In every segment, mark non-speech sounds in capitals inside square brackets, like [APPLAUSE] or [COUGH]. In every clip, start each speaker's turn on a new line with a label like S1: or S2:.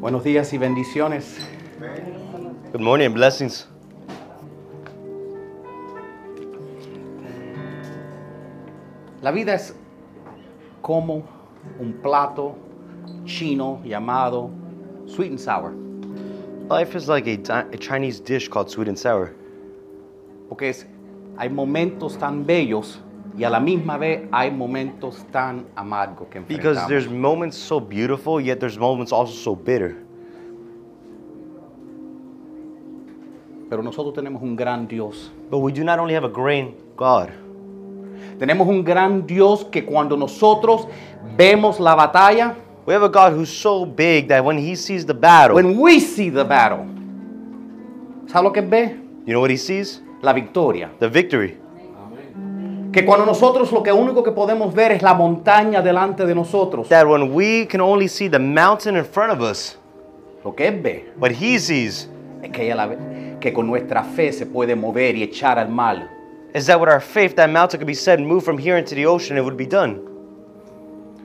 S1: Buenos días y bendiciones.
S2: Good morning and blessings.
S1: La vida es como un plato chino llamado sweet and sour,
S2: Life is like a, di- a Chinese dish called sweet and sour.
S1: porque es, hay momentos tan bellos y a la misma vez hay momentos tan amargos que
S2: Because
S1: enfrentamos.
S2: there's moments so beautiful, yet there's moments also so bitter.
S1: Pero nosotros tenemos un gran Dios.
S2: But we do not only have a grain God,
S1: Tenemos un gran Dios que cuando nosotros vemos la batalla,
S2: we have a God who's so big that when he sees the battle,
S1: when we see the battle, ¿sabes lo que ve?
S2: you know what he sees?
S1: La victoria.
S2: The victory.
S1: Que cuando nosotros lo que único que podemos ver es la montaña delante de nosotros,
S2: That when we can only see the mountain in front of us,
S1: lo que él ve
S2: what he sees
S1: es que, ella la ve- que con nuestra fe se puede mover y echar al mal.
S2: is that with our faith, that mountain could be said and moved from here into the ocean, it would be done.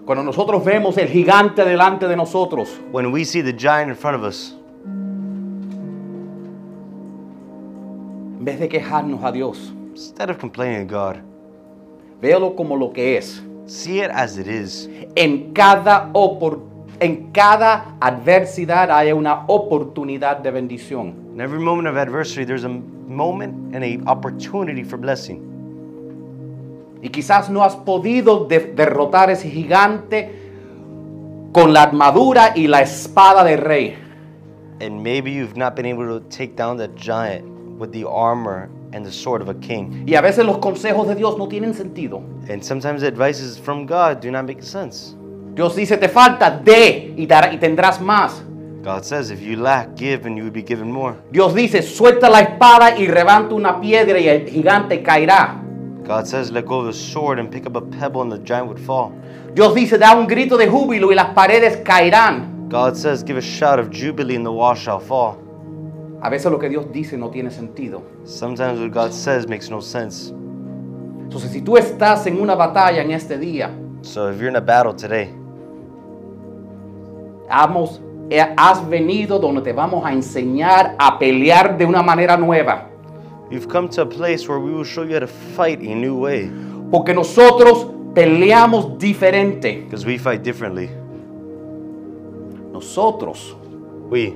S1: Cuando nosotros vemos el gigante delante de nosotros,
S2: When we see the giant in front of us,
S1: en vez de quejarnos a Dios,
S2: instead of complaining to God,
S1: véalo como lo que es.
S2: see it as it is.
S1: En cada, opor- en cada adversidad hay una oportunidad de bendición.
S2: In every moment of adversity, there's a moment and an opportunity for blessing.
S1: Y quizás no has podido de- derrotar ese gigante con la armadura y la espada del rey.
S2: And maybe you've not been able to take down that giant with the armor and the sword of a king.
S1: Y a veces los consejos de Dios no tienen sentido.
S2: And sometimes the advices from God do not make sense.
S1: Dios dice, te falta, de y, dará- y tendrás más.
S2: God says, if you lack, give, and you will be given more.
S1: Dios dice, suelta la espada y levanta una piedra y el gigante caerá.
S2: God says, let go of the sword and pick up a pebble, and the giant would fall.
S1: Dios dice, da un grito de júbilo y las paredes caerán.
S2: God says, give a shout of jubilee, and the wall shall fall.
S1: A veces lo que Dios dice no tiene sentido.
S2: Sometimes what God says makes no sense.
S1: Entonces, si tú estás en una batalla en este día,
S2: So if you're in a battle today,
S1: hemos- eh, has venido donde te vamos a enseñar a pelear de una manera nueva.
S2: You've come to a place where we will show you how to fight a new way
S1: Porque nosotros peleamos diferente.
S2: because we fight differently.
S1: Nosotros,
S2: We,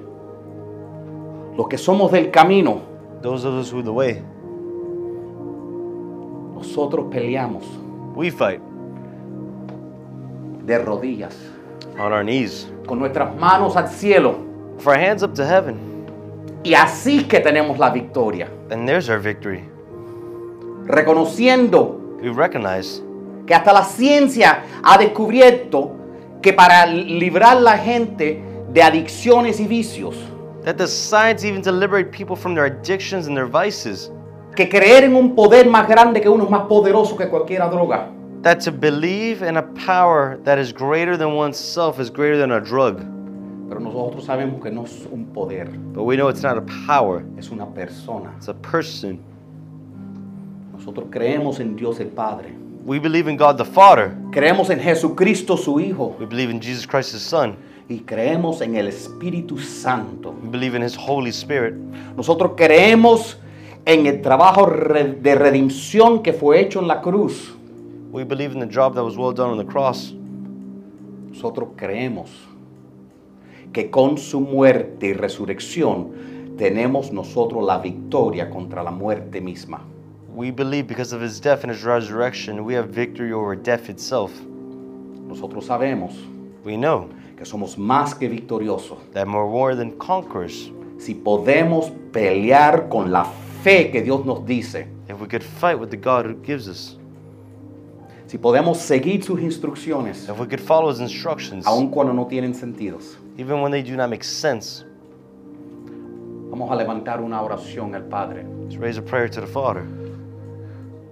S1: los que somos del camino,
S2: those of us who are the way,
S1: Nosotros peleamos
S2: we fight
S1: de rodillas,
S2: on our knees,
S1: con nuestras manos al cielo.
S2: with our hands up to heaven,
S1: Y así que tenemos la victoria,
S2: and there's our victory.
S1: reconociendo
S2: We recognize
S1: que hasta la ciencia ha descubierto que para librar la gente de adicciones y vicios,
S2: that the science even to liberate people from their addictions and their vices,
S1: que creer en un poder más grande que uno es más poderoso que cualquier droga.
S2: that to believe in a power that is greater than oneself is greater than a drug.
S1: Pero nosotros sabemos que no es un poder,
S2: But we know it's not a power,
S1: es una persona.
S2: it's a person.
S1: Nosotros creemos en Dios el Padre.
S2: We believe in God the Father.
S1: Creemos en Jesucristo su Hijo
S2: We believe in Jesus Christ, His Son.
S1: y creemos en el Espíritu Santo.
S2: We believe in His Holy Spirit.
S1: Nosotros creemos en el trabajo re- de redención que fue hecho en la cruz.
S2: We believe in the job that was well done on the cross.
S1: Nosotros creemos que con su muerte y resurrección tenemos nosotros la victoria contra la muerte misma.
S2: We believe because of his death and his resurrection, we have victory over death itself.
S1: Nosotros sabemos
S2: We know
S1: que somos más que victoriosos
S2: that we're more than conquerors.
S1: si podemos pelear con la fe que Dios nos dice,
S2: If we could fight with the God who gives us,
S1: si podemos seguir sus instrucciones,
S2: if we could follow his instructions,
S1: aun cuando no tienen sentidos.
S2: even when they do not make sense,
S1: Vamos a levantar una oración al Padre.
S2: let's raise a prayer to the Father.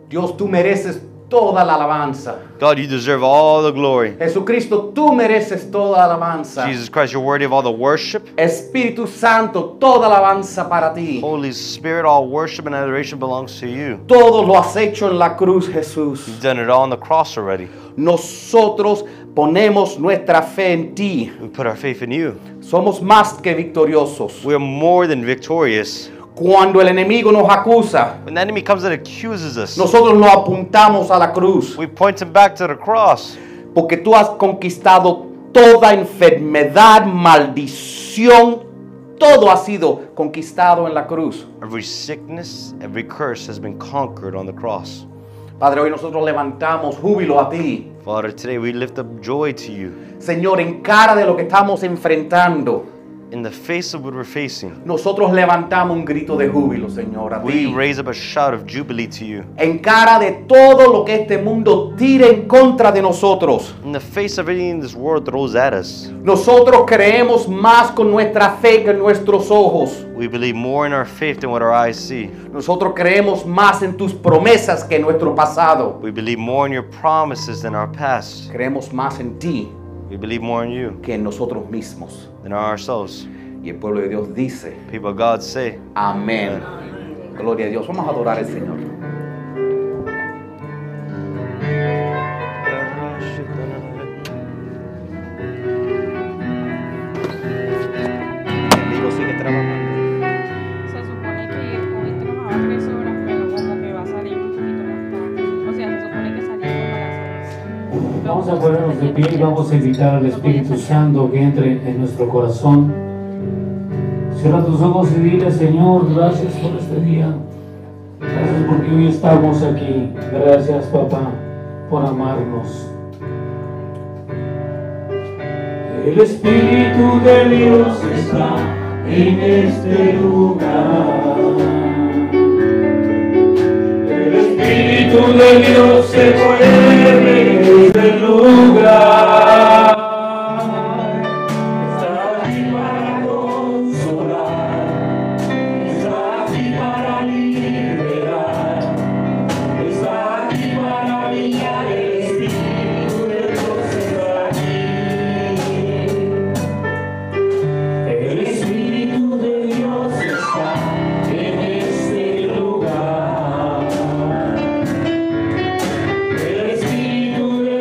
S1: Dios, tú mereces toda la alabanza.
S2: God, you deserve all the glory.
S1: Jesucristo, tú mereces toda la alabanza.
S2: Jesus Christ, you're worthy of all the worship.
S1: Espíritu Santo, toda alabanza para ti.
S2: Holy Spirit, all worship and adoration belongs to you.
S1: Todo lo has hecho en la cruz, Jesús.
S2: You've done it all on the cross already.
S1: Nosotros ponemos nuestra fe en ti.
S2: We put our faith in you.
S1: Somos más que victoriosos.
S2: We are more than victorious.
S1: Cuando el enemigo nos acusa,
S2: When the enemy comes and accuses us,
S1: nosotros lo apuntamos a la cruz,
S2: we point him back to the cross
S1: porque tú has conquistado toda enfermedad, maldición, todo ha sido conquistado en la cruz.
S2: Every sickness, every curse has been conquered on the cross.
S1: Padre, hoy nosotros levantamos júbilo a ti.
S2: Father, today we lift up joy to you.
S1: Señor, en cara de lo que estamos enfrentando,
S2: In the face of what we're facing,
S1: nosotros levantamos un grito de júbilo, Señor, a
S2: we
S1: ti.
S2: raise up a shout of jubilee to you.
S1: En cara de todo lo que este mundo tira en contra de nosotros,
S2: In the face of everything in this world throws at us,
S1: nosotros creemos más con nuestra fe que en nuestros ojos.
S2: we believe more in our faith than what our eyes see.
S1: Nosotros creemos más en tus promesas que en nuestro pasado.
S2: We believe more in your promises than our past.
S1: Creemos más en ti
S2: We believe more in you
S1: que en nosotros mismos.
S2: than ourselves.
S1: Y el pueblo de Dios dice,
S2: People of God say,
S1: amén. Gloria a Dios. Vamos a adorar al Señor. Digo, sigue trabajando.
S3: Se supone que hoy trabajaba tres horas, pero como que va a salir un poquito más tarde. O sea, se supone que salimos a las seis.
S4: Vamos a ponernos de pie y vamos a invitar al Espíritu Santo que entre en nuestro corazón. Cierra tus ojos y dile, Señor, gracias por este día. Gracias porque hoy estamos aquí. Gracias, papá, por amarnos. El Espíritu de Dios está en este lugar. El Espíritu de Dios se mueve en este lugar. Está aquí para consolar, está aquí para liberar, está aquí para guiar. El Espíritu de Dios está aquí. El Espíritu de Dios está en este lugar. El Espíritu de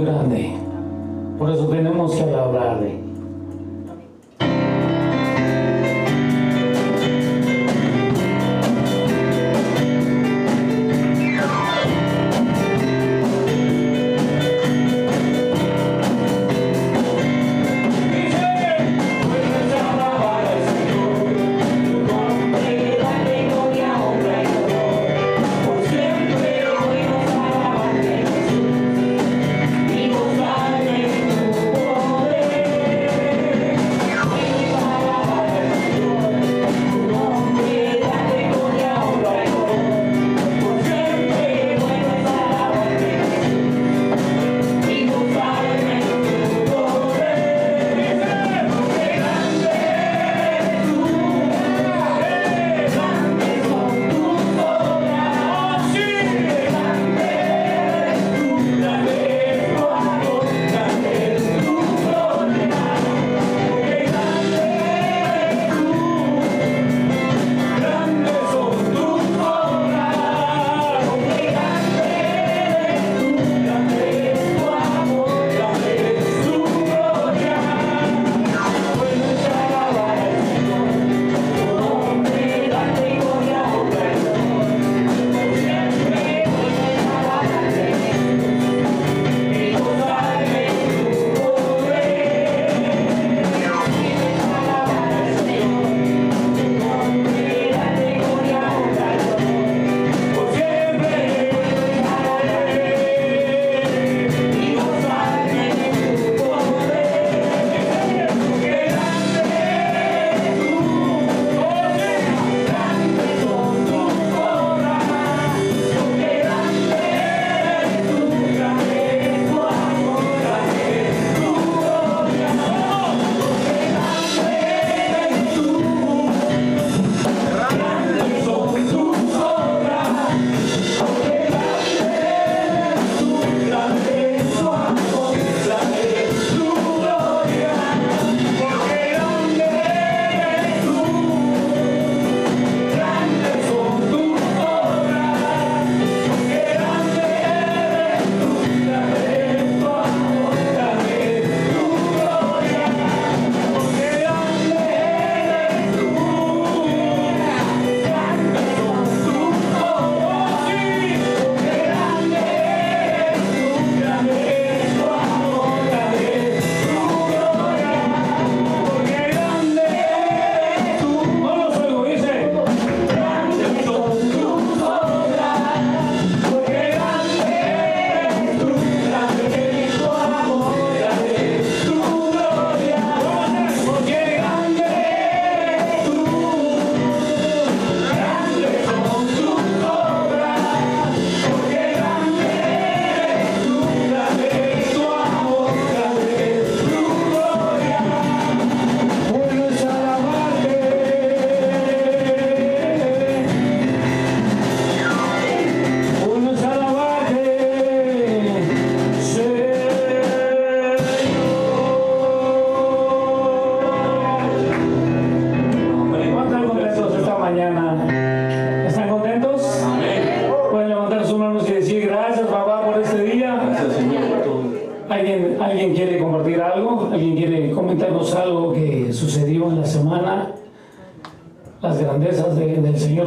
S4: grande. Por eso tenemos que alabarle. este "Ah,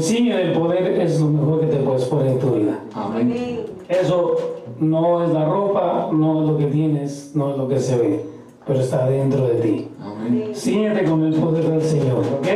S4: Síguete con el poder del Señor, ¿ok?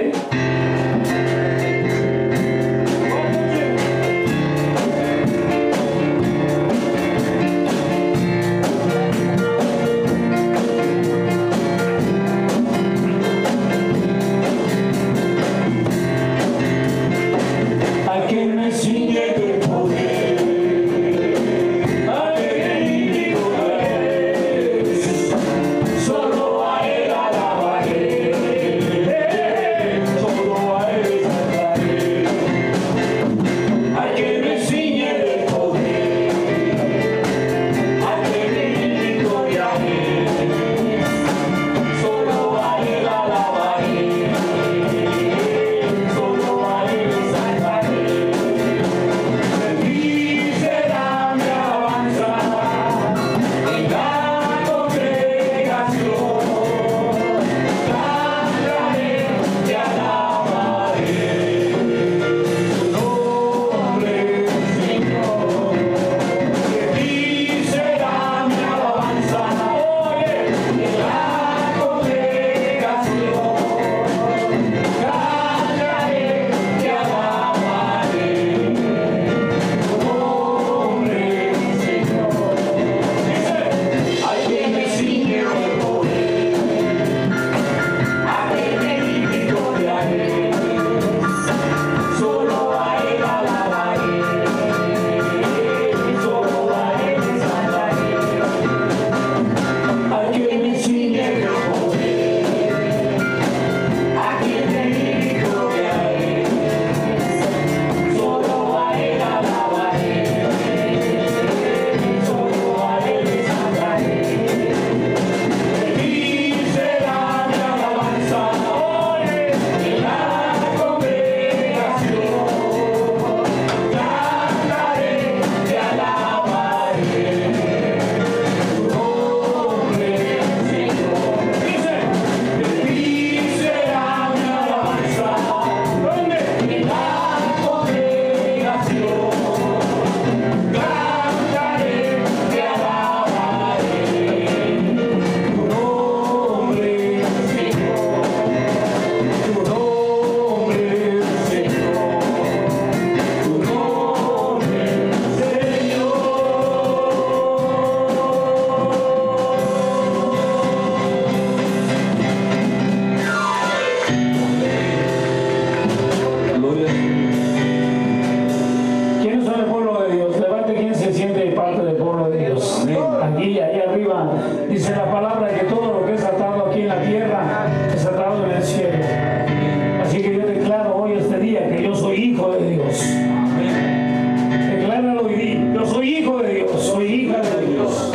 S4: este día que yo soy hijo de Dios. Decláralo y di, yo soy hijo de Dios, soy hija de Dios.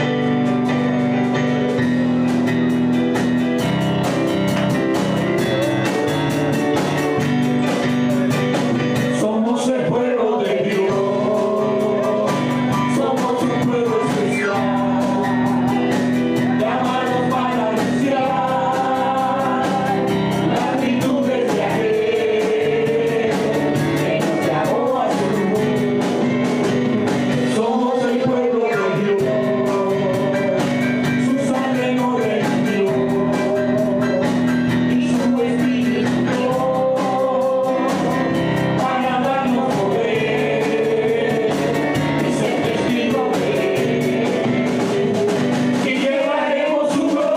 S4: Somos el pueblo de Dios, somos un pueblo especial, llamados para anunciar la actitud de aquel que nos llamó a su mundo. Somos el pueblo de Dios, su sangre nos recibió y su espíritu para darnos poder y ser testigo de él. Y llevaremos su gloria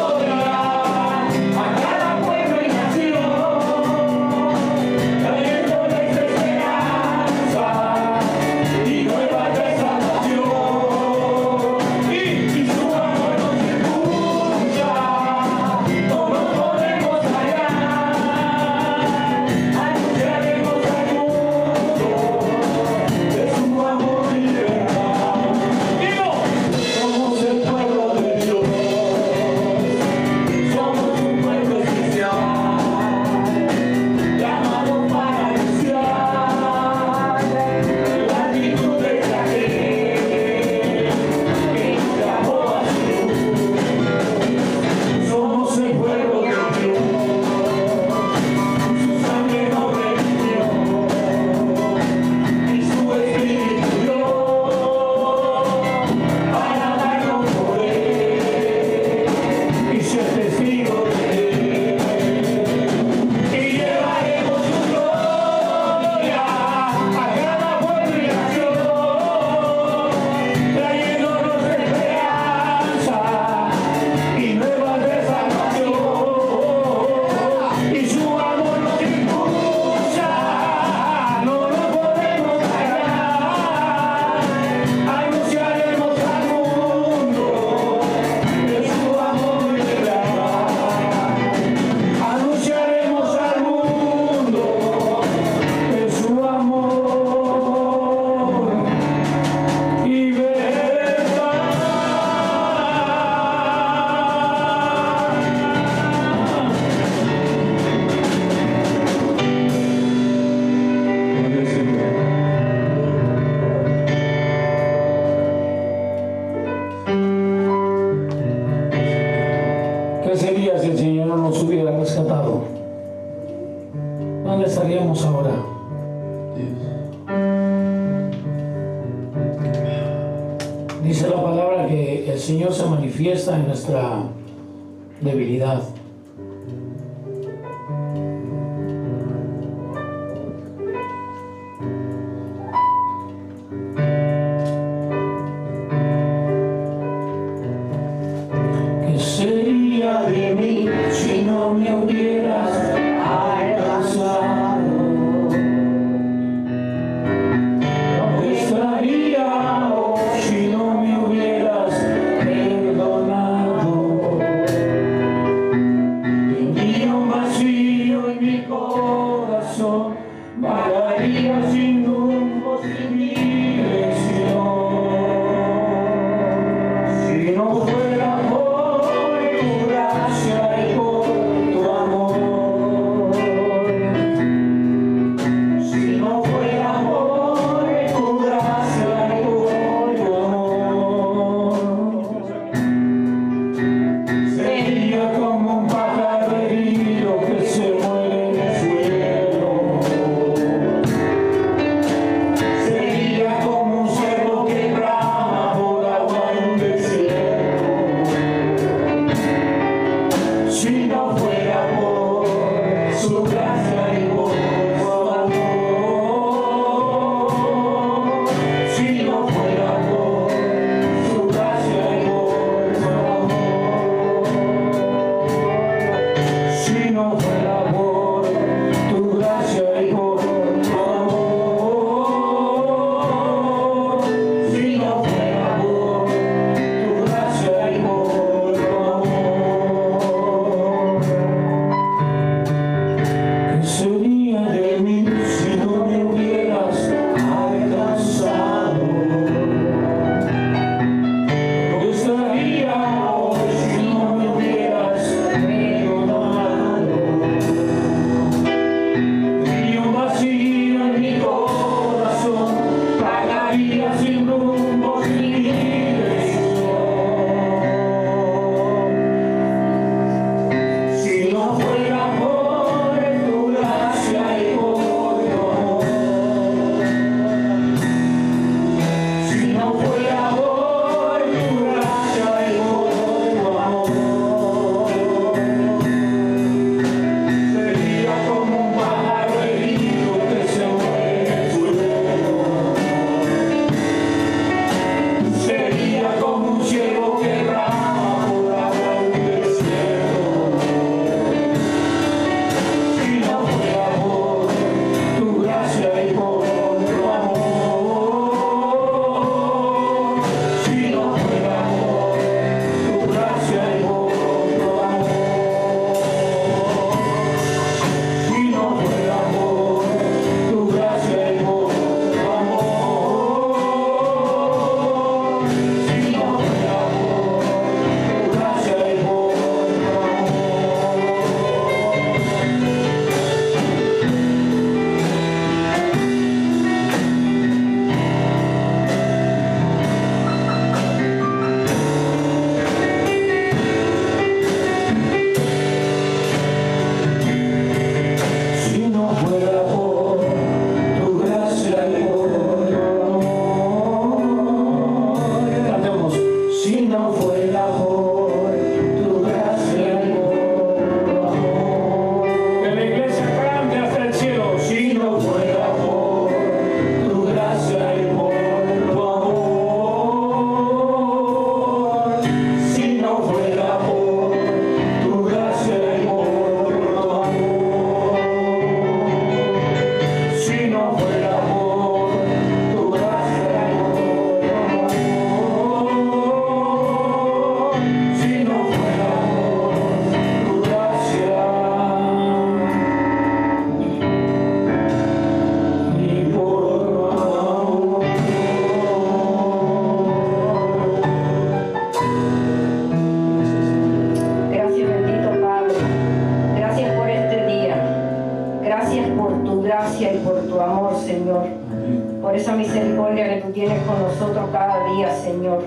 S4: a cada pueblo y nación, trayéndoles esperanza y nueva de salvación. Y su amor nos impulsa, no nos podemos hallar. Anunciaremos al mundo de su amor y libertad. Somos el pueblo de Dios, somos un pueblo especial, llamado para anunciar la actitud de aquel que nos llamó a su luz. Somos el pueblo de Dios, su sangre nos redimió. Y su espíritu para darnos poder y ser testigo de él. Y llevaremos su gloria a cada pueblo y nación, trayéndonos esperanza y nuevas de salvación. Y su amor nos impulsa, no lo podemos parar. Anunciaremos al mundo de su amor y verdad. Anunciaremos al mundo de su amor y verdad. ¿Qué sería si el Señor no nos hubiera rescatado? ¿Dónde estaríamos ahora? Dice la palabra que el Señor se manifiesta en nuestra debilidad. ¿Qué sería de mí si no me hubieras alcanzado? ¿Dónde estaría oh, si no me hubieras perdonado? Tendría un vacío en mi corazón, vagaría sin rumbo, sin dirección. Si no fuera por tu gracia y por tu amor, si no fuera por tu gracia y por tu amor, sería como un pájaro herido que se muere en el suelo.
S5: este gracia y por tu amor, Señor.
S4: Amén.
S5: Por esa misericordia que tú tienes con nosotros cada día, Señor.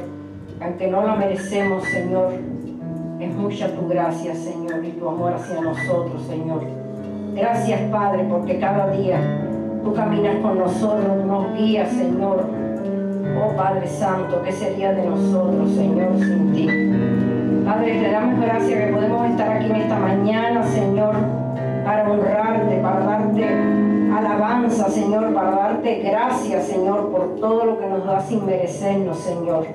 S5: Aunque no la merecemos, Señor, es mucha tu gracia, Señor, y tu amor hacia nosotros, Señor. Gracias, Padre, porque cada día tú caminas con nosotros, nos guías, Señor. Oh Padre Santo, ¿qué sería de nosotros, Señor, sin ti? Padre, te damos gracias que podemos estar aquí en esta mañana, Señor, para honrarte, para darte alabanza, Señor, para darte gracias, Señor, por todo lo que nos das sin merecernos, Señor.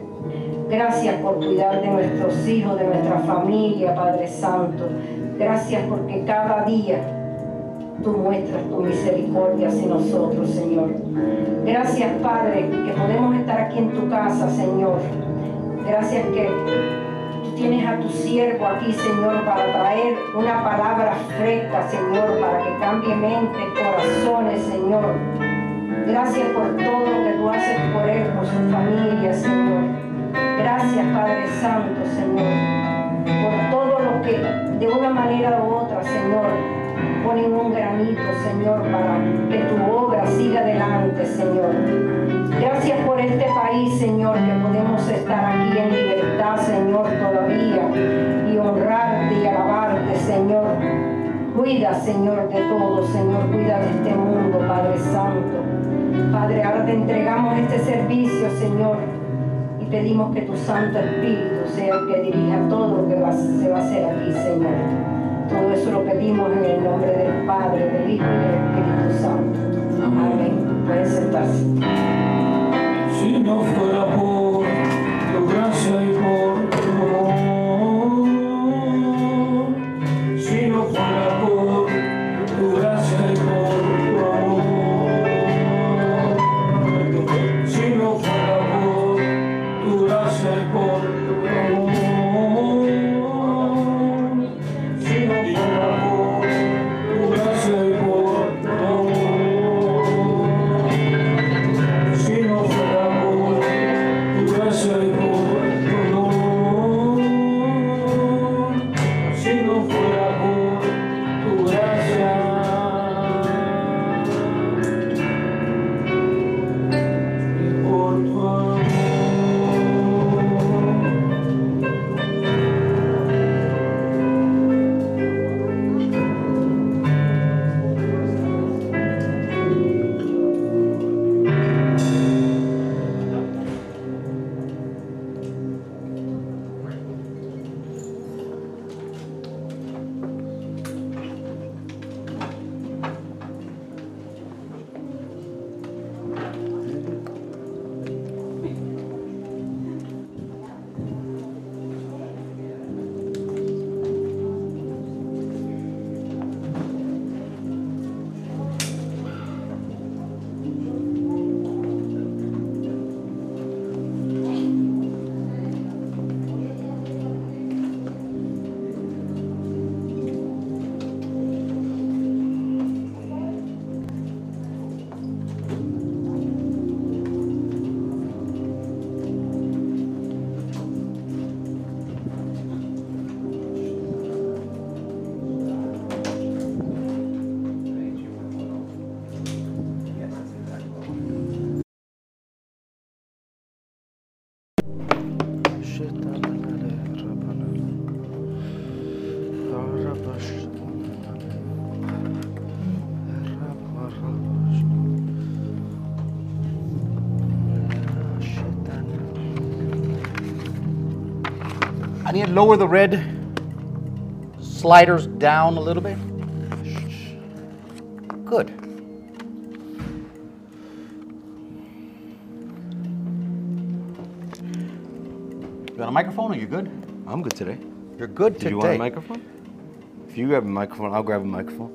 S5: Gracias por cuidar de nuestros hijos, de nuestra familia, Padre Santo. Gracias porque cada día tú muestras tu misericordia hacia nosotros, Señor. Gracias, Padre, que podemos estar aquí en tu casa, Señor. Gracias que Tú tienes a tu siervo aquí, Señor, para traer una palabra fresca, Señor, para que cambie mentes, corazones, Señor. Gracias por todo lo que tú haces por él, por su familia, Señor. Gracias, Padre Santo, Señor, por todo lo que de una manera u otra, Señor, ponen un granito, Señor, para que tu obra siga adelante, Señor. Gracias por este país, Señor, que podemos estar aquí en libertad, Señor, todavía y honrarte y alabarte, Señor. Cuida, Señor, de todo, Señor, cuida de este mundo, Padre Santo. Padre, ahora te entregamos este servicio, Señor, y pedimos que tu Santo Espíritu sea el que dirija todo lo que va- se va a hacer aquí, Señor. Todo eso lo pedimos en el nombre del Padre, del Hijo y del Espíritu Santo. Amén. Pueden sentarse.
S4: Si no fuera por tu gracia y por tu amor, si no fuera por tu gracia y por tu amor, si no fuera por tu gracia y por tu amor, si no fuera por tu gracia y por tu amor. Si no fuera por tu gracia y por tu amor, si no fuera por tu gracia y por tu amor.
S6: I need to lower the red sliders down a little bit. Good. You got a microphone? Are you good?
S2: I'm good today.
S6: You're good
S2: Did
S6: today.
S2: you want a microphone? If you grab a microphone, I'll grab a microphone.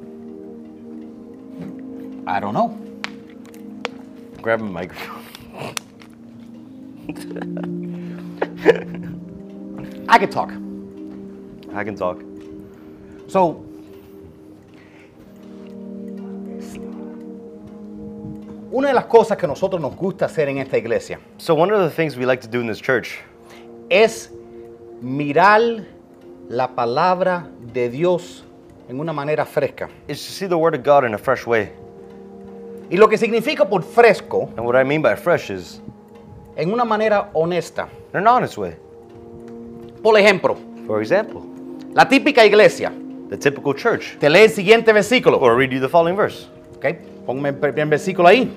S6: I don't know.
S2: Grab a microphone.
S6: I could talk.
S2: I can talk.
S6: So, una de las cosas que nosotros nos gusta hacer en esta iglesia
S2: So one of the things we like to do in this church
S6: es mirar la palabra de Dios en una manera fresca.
S2: is to see the Word of God in a fresh way.
S1: Y lo que significa por fresco,
S2: And what I mean by fresh is
S1: en una manera honesta.
S2: in an honest way.
S1: Por ejemplo,
S2: For example,
S1: la típica iglesia.
S2: the typical church.
S1: Te lee el siguiente versículo.
S2: Or read you the following verse.
S1: Ok, Ponme el primer versículo ahí.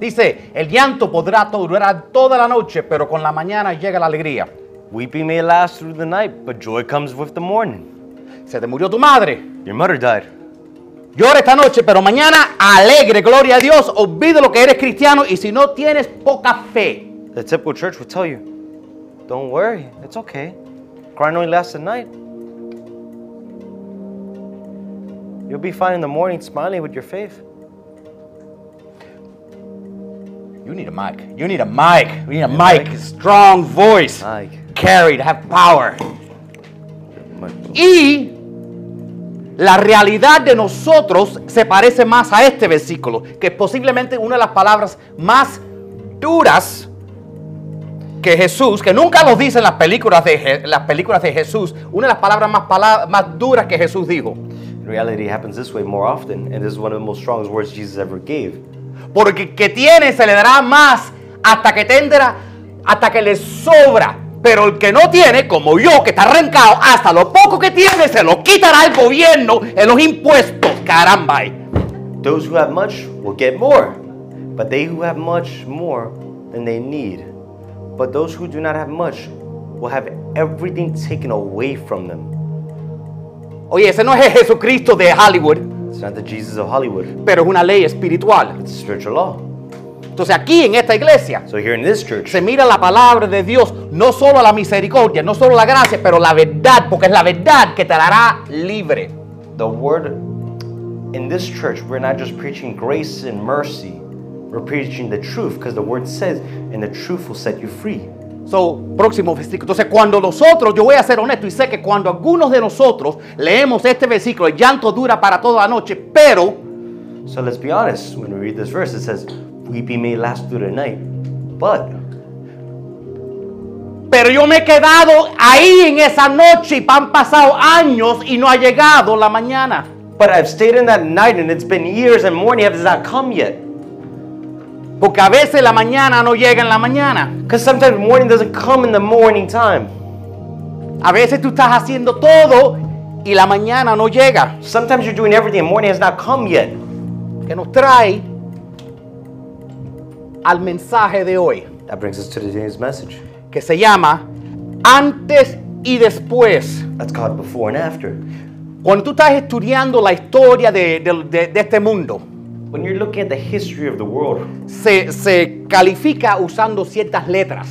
S1: Dice, el llanto podrá to- durar toda la noche, pero con la mañana llega la alegría.
S2: Weeping may last through the night, but joy comes with the morning.
S1: Se te murió tu madre.
S2: Your mother died.
S1: Llora esta noche, pero mañana alegre, gloria a Dios. Olvide lo que eres cristiano y si no tienes poca fe.
S2: The typical church will tell you, don't worry, it's okay. Crying only lasts at night. You'll be fine in the morning smiling with your faith.
S1: You need a mic. You need a mic. We need a
S2: Need a
S1: mic.
S2: mic. Ah.
S1: Strong voice.
S2: Like,
S1: Carried, have power.
S2: my-
S1: Y la realidad de nosotros se parece más a este versículo, que es posiblemente una de las palabras más duras que Jesús, que nunca los dice en las películas de, Je- las películas de Jesús, una de las palabras más, pala- más duras que Jesús dijo.
S2: reality happens this way more often, and this is one of the most strongest words Jesus ever gave.
S1: Porque el que tiene se le dará más hasta que tendrá, hasta que le sobra. Pero el que no tiene, como yo, que está arrancado, hasta lo poco que tiene se lo quitará el gobierno en los impuestos. Caramba. eh.
S2: Those who have much will get more, but they who have much more than they need. But those who do not have much will have everything taken away from them.
S1: Oye, ese no es el Jesucristo de Hollywood,
S2: It's not the Jesus of Hollywood,
S1: pero es una ley espiritual.
S2: it's spiritual law.
S1: Entonces aquí en esta iglesia
S2: So here in this church,
S1: se mira la palabra de Dios, no solo la misericordia, no solo la gracia, pero la verdad, porque es la verdad que te hará libre.
S2: the word in this church, we're not just preaching grace and mercy. We're preaching the truth because the word says, and the truth will set you free.
S1: So, próximo versículo. Entonces, cuando nosotros, yo voy a ser honesto y sé que cuando algunos de nosotros leemos este versículo, el llanto dura para toda la noche, pero
S2: So let's be honest. When we read this verse, it says, "Weeping may last through the night, but
S1: pero yo me he quedado ahí en esa noche y han pasado años y no ha llegado la mañana.
S2: but I've stayed in that night, and it's been years, and morning has not come yet.
S1: Porque a veces la mañana no llega en la mañana.
S2: Because sometimes morning doesn't come in the morning time.
S1: A veces tú estás haciendo todo y la mañana no llega.
S2: Sometimes you're doing everything, and morning has not come yet.
S1: Que nos trae al mensaje de hoy,
S2: That brings us to today's message.
S1: que se llama antes y después.
S2: That's called before and after.
S1: Cuando tú estás estudiando la historia de, de- de- de este mundo,
S2: When you're looking at the history of the world,
S1: se, se califica usando ciertas letras.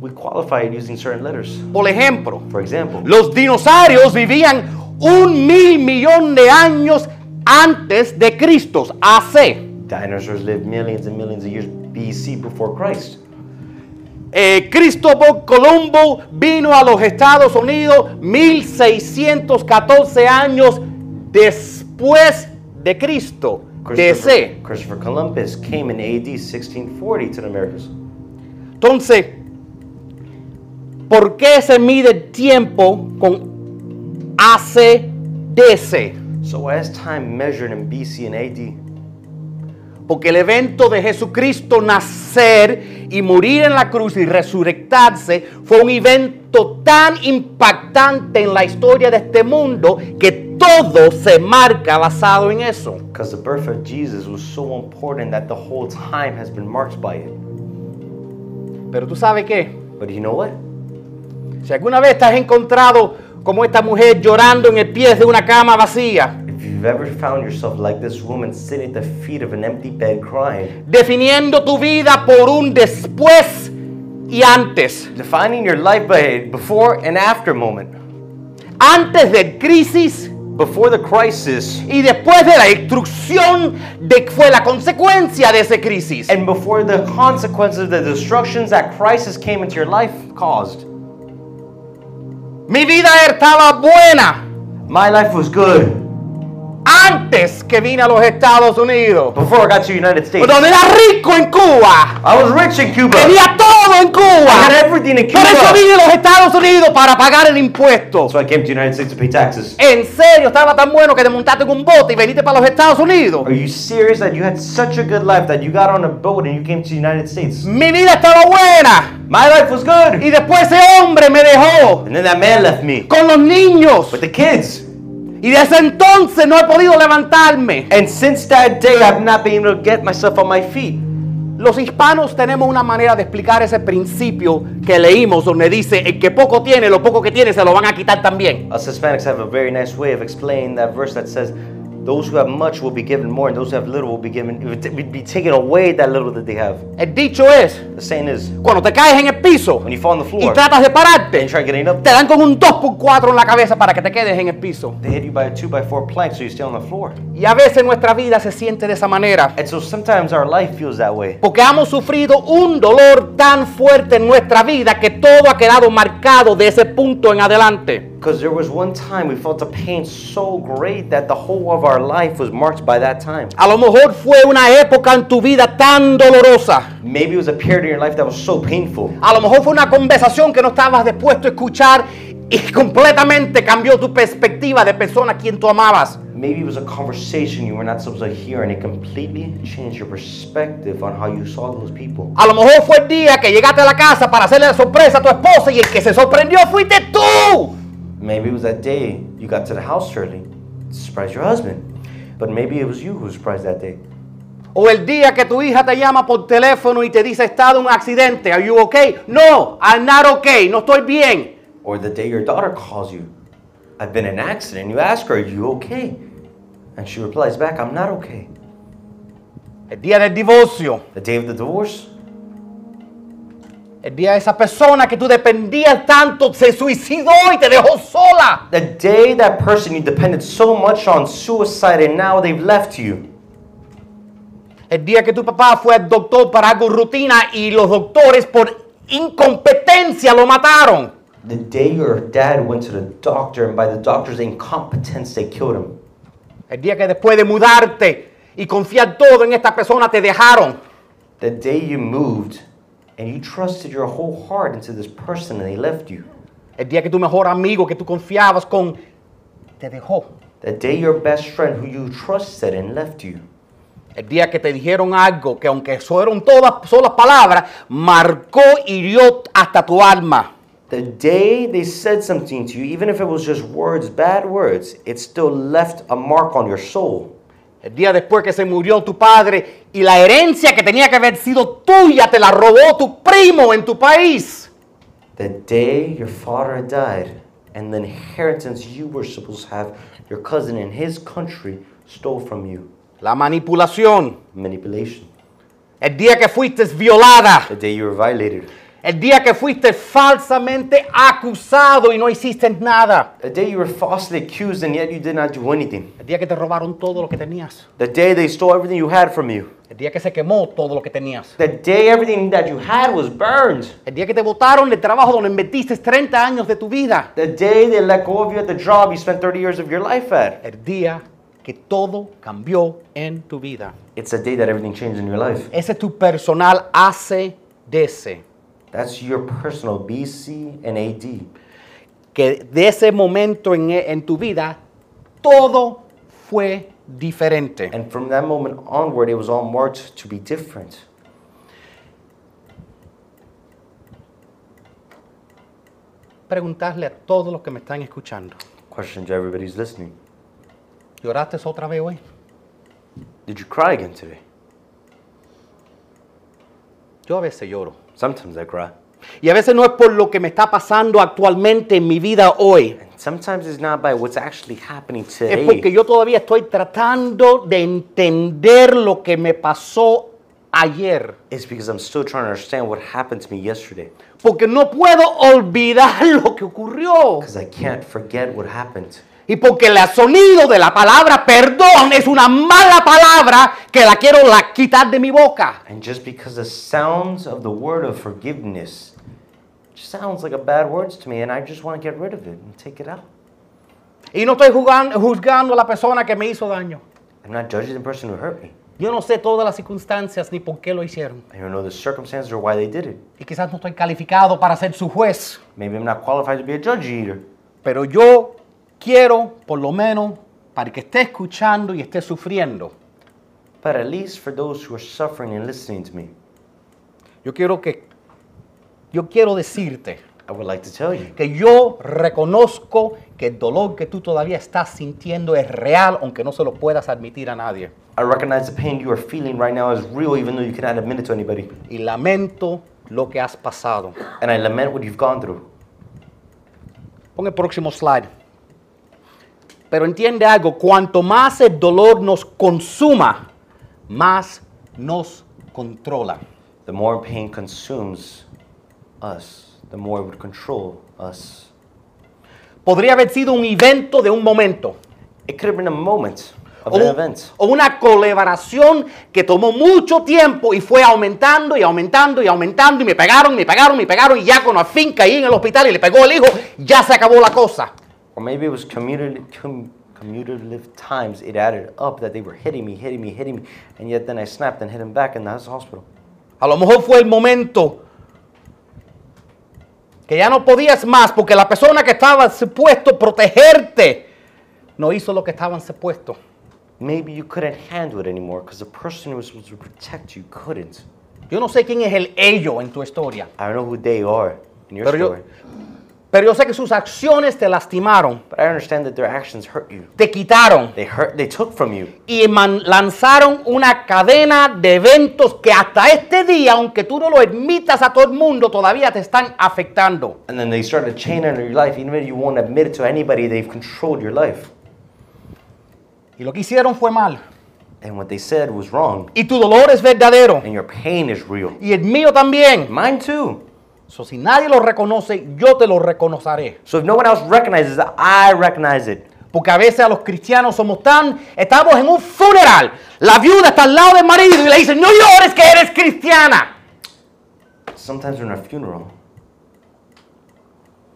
S2: we qualify it using certain letters.
S1: Por ejemplo,
S2: For example,
S1: los dinosaurios vivían un mil millón de años antes de Cristo, AC.
S2: dinosaurs lived millions and millions of years BC before Christ.
S1: Eh, Cristóbal Colombo vino a los Estados Unidos 1614 años después de Cristo, DC.
S2: Christopher, Christopher Columbus came in AD 1640 to the Americas.
S1: Entonces, ¿por qué se mide el tiempo con ACDC?
S2: So why is time measured in BC and AD?
S1: Porque el evento de Jesucristo nacer y morir en la cruz y resurrectarse fue un evento tan impactante en la historia de este mundo que todo se marca basado en eso.
S2: Because the birth of Jesus was so important that the whole time has been marked by it.
S1: Pero tú sabes qué?
S2: But you know what?
S1: Si alguna vez te has encontrado como esta mujer llorando en el pie de una cama vacía,
S2: If you've ever found yourself like this woman sitting at the feet of an empty bed crying,
S1: definiendo tu vida por un después y antes.
S2: defining your life by a before and after moment,
S1: Antes del crisis
S2: before the crisis,
S1: y después de la destrucción de que fue la consecuencia de esa crisis.
S2: and before the consequences of the destructions that crisis came into your life caused.
S1: Mi vida estaba buena
S2: My life was good
S1: antes que vine a los Estados Unidos.
S2: Before I got to the United States,
S1: Donde era rico en Cuba.
S2: I was rich in Cuba.
S1: Tenía todo en
S2: I had
S1: Cuba.
S2: everything in
S1: Por eso
S2: Cuba.
S1: vine a los Estados Unidos para pagar el impuesto.
S2: So I came to the United States to pay taxes.
S1: En serio, estaba tan bueno que te montaste en un bote y veniste para los Estados Unidos.
S2: Are you serious that you had such a good life that you got on a boat and you came to the United States?
S1: Mi vida estaba buena.
S2: My life was
S1: Y
S2: good.
S1: después ese hombre me dejó
S2: And then that man left me
S1: con los niños.
S2: with the kids.
S1: Y desde entonces no he podido levantarme.
S2: And since that day, I've not been able to get myself on my feet.
S1: Los hispanos tenemos una manera de explicar ese principio que leímos donde dice, el que poco tiene, lo poco que tiene se lo van a quitar también.
S2: Us Hispanics have a very nice way of explaining that verse that says, "Those who have much will be given more, and those who have little will be given will be taken away that little that they have."
S1: El dicho es,
S2: The saying is,
S1: cuando te caes en el piso
S2: when you fall on the
S1: y
S2: floor and
S1: tratas de
S2: you
S1: pararte,
S2: try getting up,
S1: te dan con un 2x4 en la cabeza para que te quedes en el piso.
S2: they hit you by a two by four plank, so you stay on the floor.
S1: Y a veces nuestra vida se siente de esa manera.
S2: And so sometimes our life feels that way
S1: Porque hemos sufrido un dolor tan fuerte en nuestra vida que todo ha quedado marcado de ese punto en adelante.
S2: because there was one time we felt a pain so great that the whole of our life was marked by that time.
S1: A lo mejor fue una época en tu vida tan dolorosa.
S2: Maybe it was a period in your life that was so painful.
S1: A lo mejor fue una conversación que no estabas dispuesto a escuchar y completamente cambió tu perspectiva de persona a quien tú amabas.
S2: Maybe it was a conversation you were not supposed to hear, and it completely changed your perspective on how you saw those people.
S1: A lo mejor fue el día que llegaste a la casa para hacerle la sorpresa a tu esposa y el que se sorprendió fuiste tú.
S2: Maybe it was that day you got to the house early to surprise your husband. But maybe it was you who was surprised that day.
S1: O el día que tu hija te llama por teléfono y te dice, he estado en un accidente, are you okay? No, I'm not okay, no estoy bien.
S2: Or the day your daughter calls you, I've been in an accident. You ask her, Are you okay? And she replies back, I'm not okay.
S1: El día del divorcio,
S2: The day of the divorce,
S1: el día de esa persona que tú dependías tanto se suicidó y te dejó sola.
S2: the day that person you depended so much on suicide and now they've left you.
S1: El día que tu papá fue al doctor para algo rutina y los doctores por incompetencia lo mataron.
S2: The day your dad went to the doctor and by the doctor's incompetence they killed him.
S1: El día que después de mudarte y confiar todo en esta persona te dejaron.
S2: The day you moved and you trusted your whole heart into this person and they left you.
S1: El día que tu mejor amigo que tú confiabas con te dejó.
S2: The day your best friend who you trusted and left you.
S1: El día que te dijeron algo que aunque fueron todas solas palabras, marcó y hirió hasta tu alma.
S2: The day they said something to you, even if it was just words, bad words, it still left a mark on your soul.
S1: El día después que se murió tu padre y la herencia que tenía que haber sido tuya te la robó tu primo en tu país.
S2: The day your father died and the inheritance you were supposed to have, your cousin in his country stole from you.
S1: La manipulación.
S2: Manipulation.
S1: El día que fuiste violada.
S2: The day you were violated.
S1: El día que fuiste falsamente acusado y no hiciste nada.
S2: The day you were falsely accused and yet you did not do anything.
S1: El día que te robaron todo lo que tenías.
S2: The day they stole everything you had from you.
S1: El día que se quemó todo lo que tenías.
S2: The day everything that you had was burned.
S1: El día que te botaron del trabajo donde invertiste 30 años de tu vida.
S2: The day they let go of you at the job you spent 30 years of your life at.
S1: El día que todo cambió en tu vida.
S2: It's a day that everything changed in your life.
S1: Ese es tu personal ACDC.
S2: That's your personal BC and AD.
S1: Que de ese momento en, en tu vida, todo fue diferente.
S2: And from that moment onward, it was all marked to be different.
S1: Preguntarle a todos los que me están escuchando.
S2: Question to everybody who's listening
S1: ¿Lloraste otra vez hoy?
S2: Did you cry again today?
S1: Yo a veces lloro.
S2: Sometimes I cry.
S1: Y a veces no es por lo que me está pasando actualmente en mi vida hoy.
S2: And sometimes it's not by what's actually happening
S1: [LAUGHS] Es porque
S2: today.
S1: yo todavía estoy tratando de entender lo que me pasó ayer.
S2: It's because I'm still trying to understand what happened to me yesterday.
S1: Porque no puedo olvidar [LAUGHS] lo que ocurrió.
S2: Because I can't forget what happened.
S1: Y porque el sonido de la palabra perdón es una mala palabra que la quiero la quitar de mi boca.
S2: And just because the sounds of the word of forgiveness sounds like a bad words to me, and I just want to get rid of it and take it out.
S1: Y no estoy jugan- juzgando a la persona que me hizo daño.
S2: I'm not judging the person who hurt me.
S1: Yo no sé todas las circunstancias ni por qué lo hicieron.
S2: I don't know the circumstances or why they did it.
S1: Y quizás no estoy calificado para ser su juez.
S2: Maybe I'm not qualified to be a judge either.
S1: Pero yo quiero, por lo menos, para que esté escuchando y esté sufriendo,
S2: But at least for those who are suffering and listening to me,
S1: yo quiero que, yo quiero decirte
S2: I would like to tell you
S1: que yo reconozco que el dolor que tú todavía estás sintiendo es real, aunque no se lo puedas admitir a nadie.
S2: I recognize the pain you are feeling right now is real, even though you cannot admit it to anybody.
S1: Y lamento lo que has pasado.
S2: And I lament what you've gone through.
S1: Pon el próximo slide. Pero entiende algo, cuanto más el dolor nos consuma, más nos controla.
S2: The more pain consumes us, the more it would control us.
S1: Podría haber sido un evento de un momento.
S2: It could have been a moment of
S1: O,
S2: an
S1: un-
S2: event,
S1: o una colaboración que tomó mucho tiempo y fue aumentando y aumentando y aumentando y me pegaron, me pegaron, me pegaron y ya cuando al fin caí en el hospital y le pegó el hijo, ya se acabó la cosa.
S2: or maybe it was commutative, com- commutative times it added up that they were hitting me, hitting me, hitting me, and yet then I snapped and hit him back in the hos- hospital.
S1: A lo mejor fue el momento que ya no podías más porque la persona que estaba supuesto protegerte no hizo lo que estaban supuesto.
S2: Maybe you couldn't handle it anymore because the person who was supposed to protect you couldn't.
S1: Yo no sé quién es el ello en tu historia,
S2: I don't know who they are in your
S1: Pero yo-
S2: story,
S1: pero yo sé que sus acciones te lastimaron,
S2: but I understand that their actions hurt you.
S1: te quitaron
S2: They hurt. They took from you,
S1: y man- lanzaron una cadena de eventos que hasta este día, aunque tú no lo admitas a todo el mundo, todavía te están afectando.
S2: and then they started a chain under your life. Even if you won't admit it to anybody, they've controlled your life.
S1: Y lo que hicieron fue mal.
S2: And what they said was wrong,
S1: Y tu dolor es verdadero.
S2: and your pain is real.
S1: Y el mío también.
S2: Mine too.
S1: So, si nadie lo reconoce, yo te lo reconoceré.
S2: So if no one else recognizes it, I recognize it.
S1: Porque a veces a los cristianos somos tan, estamos en un funeral. La viuda está al lado del marido y le dicen, no llores que eres cristiana.
S2: Sometimes we're in a funeral,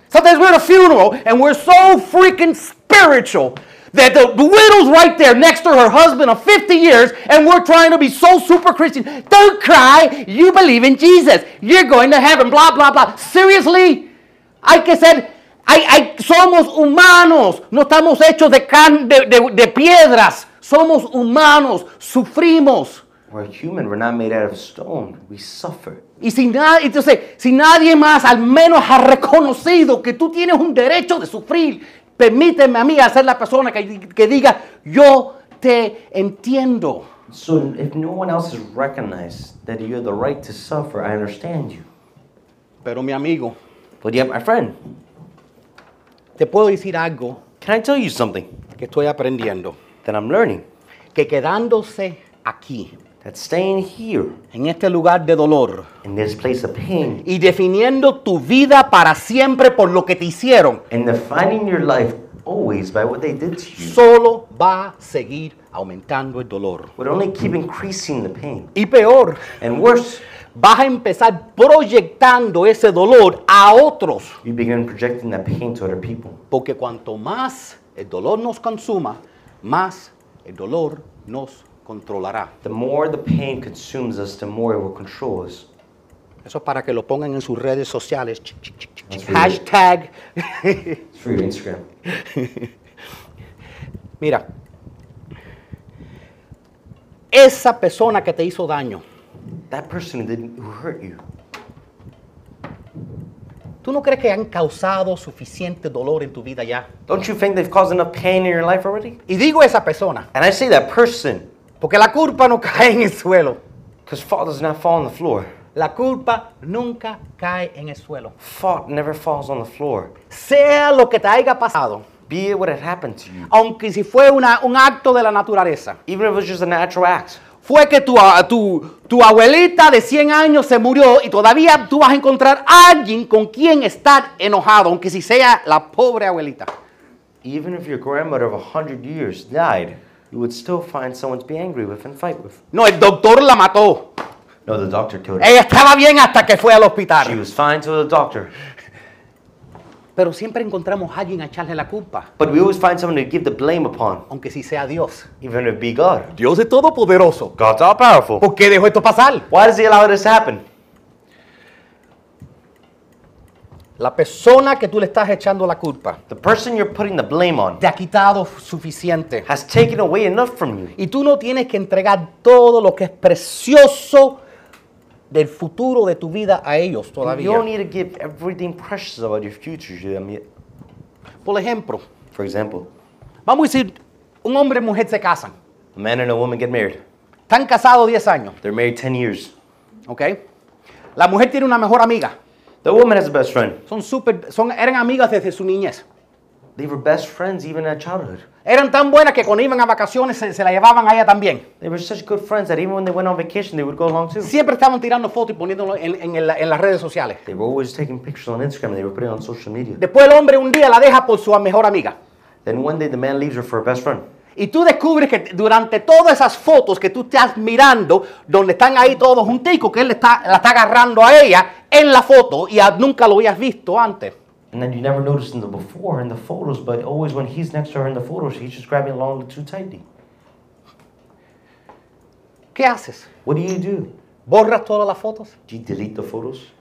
S1: Sometimes we're at a funeral and we're so freaking spiritual that the, the widow's right there next to her husband of 50 years and we're trying to be so super Christian. Don't cry, you believe in Jesus. You're going to heaven, blah, blah, blah. Seriously, hay que ser, hay, hay- somos humanos, no estamos hechos de, can- de, de- de piedras, somos humanos, sufrimos.
S2: we're human. We're not made out of stone. We suffer.
S1: Y si, na- entonces, si nadie más al menos ha reconocido que tú tienes un derecho de sufrir, permíteme a mí a ser la persona que, que diga, yo te entiendo.
S2: So if no one else has recognized that you have the right to suffer, I understand you.
S1: Pero mi amigo,
S2: But yet, my friend,
S1: te puedo decir algo
S2: can I tell you something
S1: que estoy aprendiendo.
S2: that I'm learning?
S1: Que quedándose aquí,
S2: That staying here
S1: en este lugar de dolor,
S2: in this place of pain
S1: y definiendo tu vida para siempre por lo que te hicieron,
S2: and defining your life always by what they did to you
S1: solo va a seguir aumentando el dolor.
S2: would only keep increasing the pain.
S1: Y peor,
S2: And worse,
S1: vas a empezar proyectando ese dolor a otros.
S2: you begin projecting that pain to other people.
S1: Porque cuanto más el dolor nos consuma, más el dolor nos controlará.
S2: The more the pain consumes us, the more it will control us.
S1: Eso es para que lo pongan en sus redes sociales. Ch, ch, ch, ch,
S2: Así es.
S1: Hashtag.
S6: [LAUGHS]
S2: It's for your Instagram.
S1: Mira, esa persona que te hizo daño,
S2: That person who didn't who hurt you.
S1: ¿tú no crees que han causado suficiente dolor en tu vida ya?
S2: Don't you think they've caused enough pain in your life already?
S1: Y digo esa persona,
S2: And I say that person,
S1: porque la culpa no [LAUGHS] cae en el suelo.
S2: because fault does not fall on the floor.
S1: La culpa nunca cae en el suelo.
S2: Fault never falls on the floor.
S1: Sea lo que te haya pasado,
S2: Be it what had happened to you.
S1: aunque si fue una- un acto de la naturaleza,
S2: Even if it was just a natural act.
S1: fue que tu, a- tu, tu abuelita de 100 años se murió y todavía tú vas a encontrar a alguien con quien estar enojado, aunque si sea la pobre abuelita.
S2: Even if your grandmother of 100 years died, you would still find someone to be angry with and fight with.
S1: No, el doctor la mató.
S2: No, the doctor killed her.
S1: Ella estaba bien hasta que fue al
S2: She
S1: hospital.
S2: was fine till the doctor.
S6: Pero siempre encontramos a alguien a echarle la culpa,
S2: But we always find someone to give the blame upon,
S6: aunque sí sea Dios.
S2: even if it be God.
S6: Dios es todopoderoso.
S2: God's all powerful.
S6: ¿Por qué dejó esto pasar?
S2: Why does He allow this to happen?
S6: La persona que tú le estás echando la culpa
S2: The person you're putting the blame on
S6: te ha quitado suficiente.
S2: has taken away enough from you.
S6: Y tú no tienes que entregar todo lo que es precioso del futuro de tu vida a ellos
S2: You don't
S6: Pues todavía.
S2: need to give everything precious about your future to them yet.
S6: Por ejemplo,
S2: For example,
S6: vamos a decir, un hombre y mujer se casan.
S2: a man and a woman get married.
S6: Están casados 10 años,
S2: They're married 10 years.
S6: ¿ok? La mujer tiene una mejor amiga.
S2: The woman has a best friend.
S6: Son súper, son, eran amigas desde su niñez.
S2: They were best friends even at childhood.
S6: Eran tan buenas que cuando iban a vacaciones se, se la llevaban a ella también.
S2: They were such good friends that even when they went on vacation, they would go along too.
S6: Siempre estaban tirando fotos y poniéndolo en, en el- en las redes sociales.
S2: They were always taking pictures on Instagram and they were putting it on social media.
S6: Después el hombre un día la deja por su mejor amiga.
S2: Then one day the man leaves her for her best friend.
S6: Y tú descubres que durante todas esas fotos que tú estás mirando, donde están ahí todos junticos, que él le está, la está agarrando a ella en la foto y a- nunca lo habías visto antes.
S2: And then you never noticed in the before in the photos, but always when he's next to her in the photos, he's just grabbing along too tightly.
S6: ¿Qué haces?
S2: What do you do?
S6: ¿Borras todas las fotos?
S2: Do you delete the photos?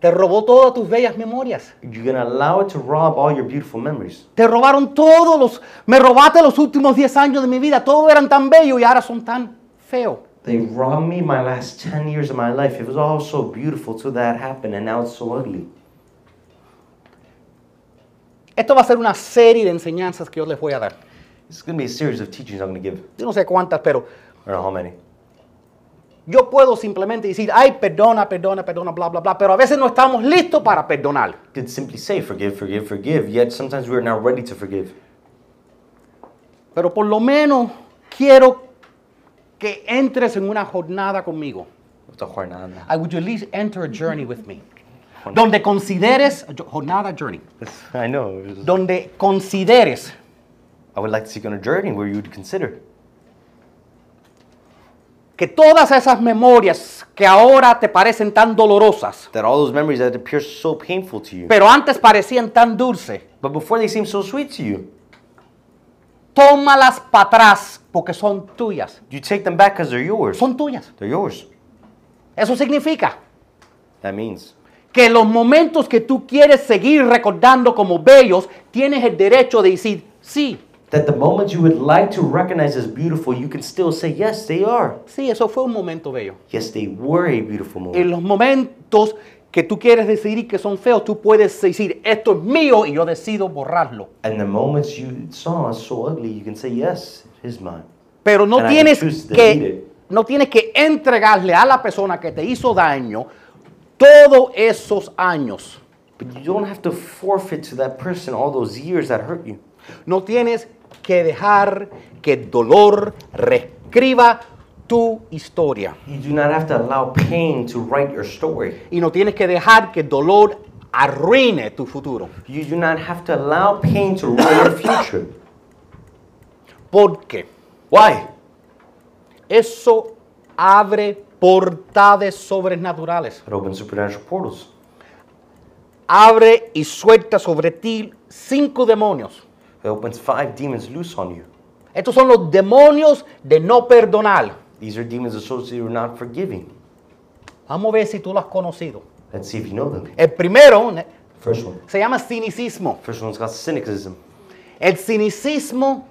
S6: ¿Te robó todas tus bellas memorias?
S2: You're gonna allow it to rob all your beautiful memories.
S6: Te robaron todos los... Me robaste los últimos 10 años de mi vida. Todos eran tan bellos y ahora son tan feos.
S2: They robbed me my last 10 years of my life. It was all so beautiful till that happened, and now it's so ugly.
S6: Esto va a ser una serie de enseñanzas que yo les voy a dar.
S2: This is gonna be a series of teachings I'm gonna give. I
S6: Yo no sé cuántas, pero
S2: don't know how many.
S6: yo puedo simplemente decir, ay, perdona, perdona, perdona, bla, bla, bla. Pero a veces no estamos listos para perdonar.
S2: Could simply say forgive, forgive, forgive, yet sometimes we're not ready to forgive.
S6: Pero por lo menos quiero que entres en una jornada conmigo.
S2: What's a jornada?
S6: I would you at least enter a journey with me. Donde consideres, jo- jornada, journey.
S2: I know. it was-
S6: Donde consideres
S2: I would like to take you on a journey where you would consider
S6: que todas esas memorias que ahora te parecen tan dolorosas,
S2: that all those memories that appear so painful to you,
S6: pero antes parecían tan dulces,
S2: but before they seem so sweet to you,
S6: tómalas para atrás porque son tuyas.
S2: you take them back because they're yours.
S6: Son tuyas.
S2: They're yours.
S6: Eso significa
S2: That means
S6: que los momentos que tú quieres seguir recordando como bellos, tienes el derecho de decir, sí,
S2: that the moments you would like to recognize as beautiful, you can still say, yes, they are.
S6: sí, eso fue un momento bello.
S2: Yes, they were a beautiful moment.
S6: En los momentos que tú quieres decidir que son feos, tú puedes decir, esto es mío y yo decido borrarlo.
S2: and the moments you saw as so ugly, you can say, yes, it is mine.
S6: Pero no
S2: And I can
S6: tienes
S2: choose to delete
S6: que
S2: it.
S6: no tienes que entregarle a la persona que te hizo daño todos esos años.
S2: But you don't have to forfeit to that person all those years that hurt you.
S6: No tienes que dejar que el dolor reescriba tu historia
S2: You do not have to allow pain to write your story.
S6: y no tienes que dejar que el dolor arruine tu futuro,
S2: You do not have to allow pain to ruin your future.
S6: porque
S2: Why?
S6: eso abre portales sobrenaturales.
S2: It opens supernatural portals.
S6: abre y suelta sobre ti cinco demonios.
S2: It opens five demons loose on you.
S6: Estos son los demonios de no perdonar.
S2: These are demons associated with not forgiving.
S6: Vamos a ver si tú lo has conocido.
S2: Let's see if you know them.
S6: El primero ne-
S2: First one.
S6: se llama cinicismo.
S2: First one's got cynicism.
S6: El cinicismo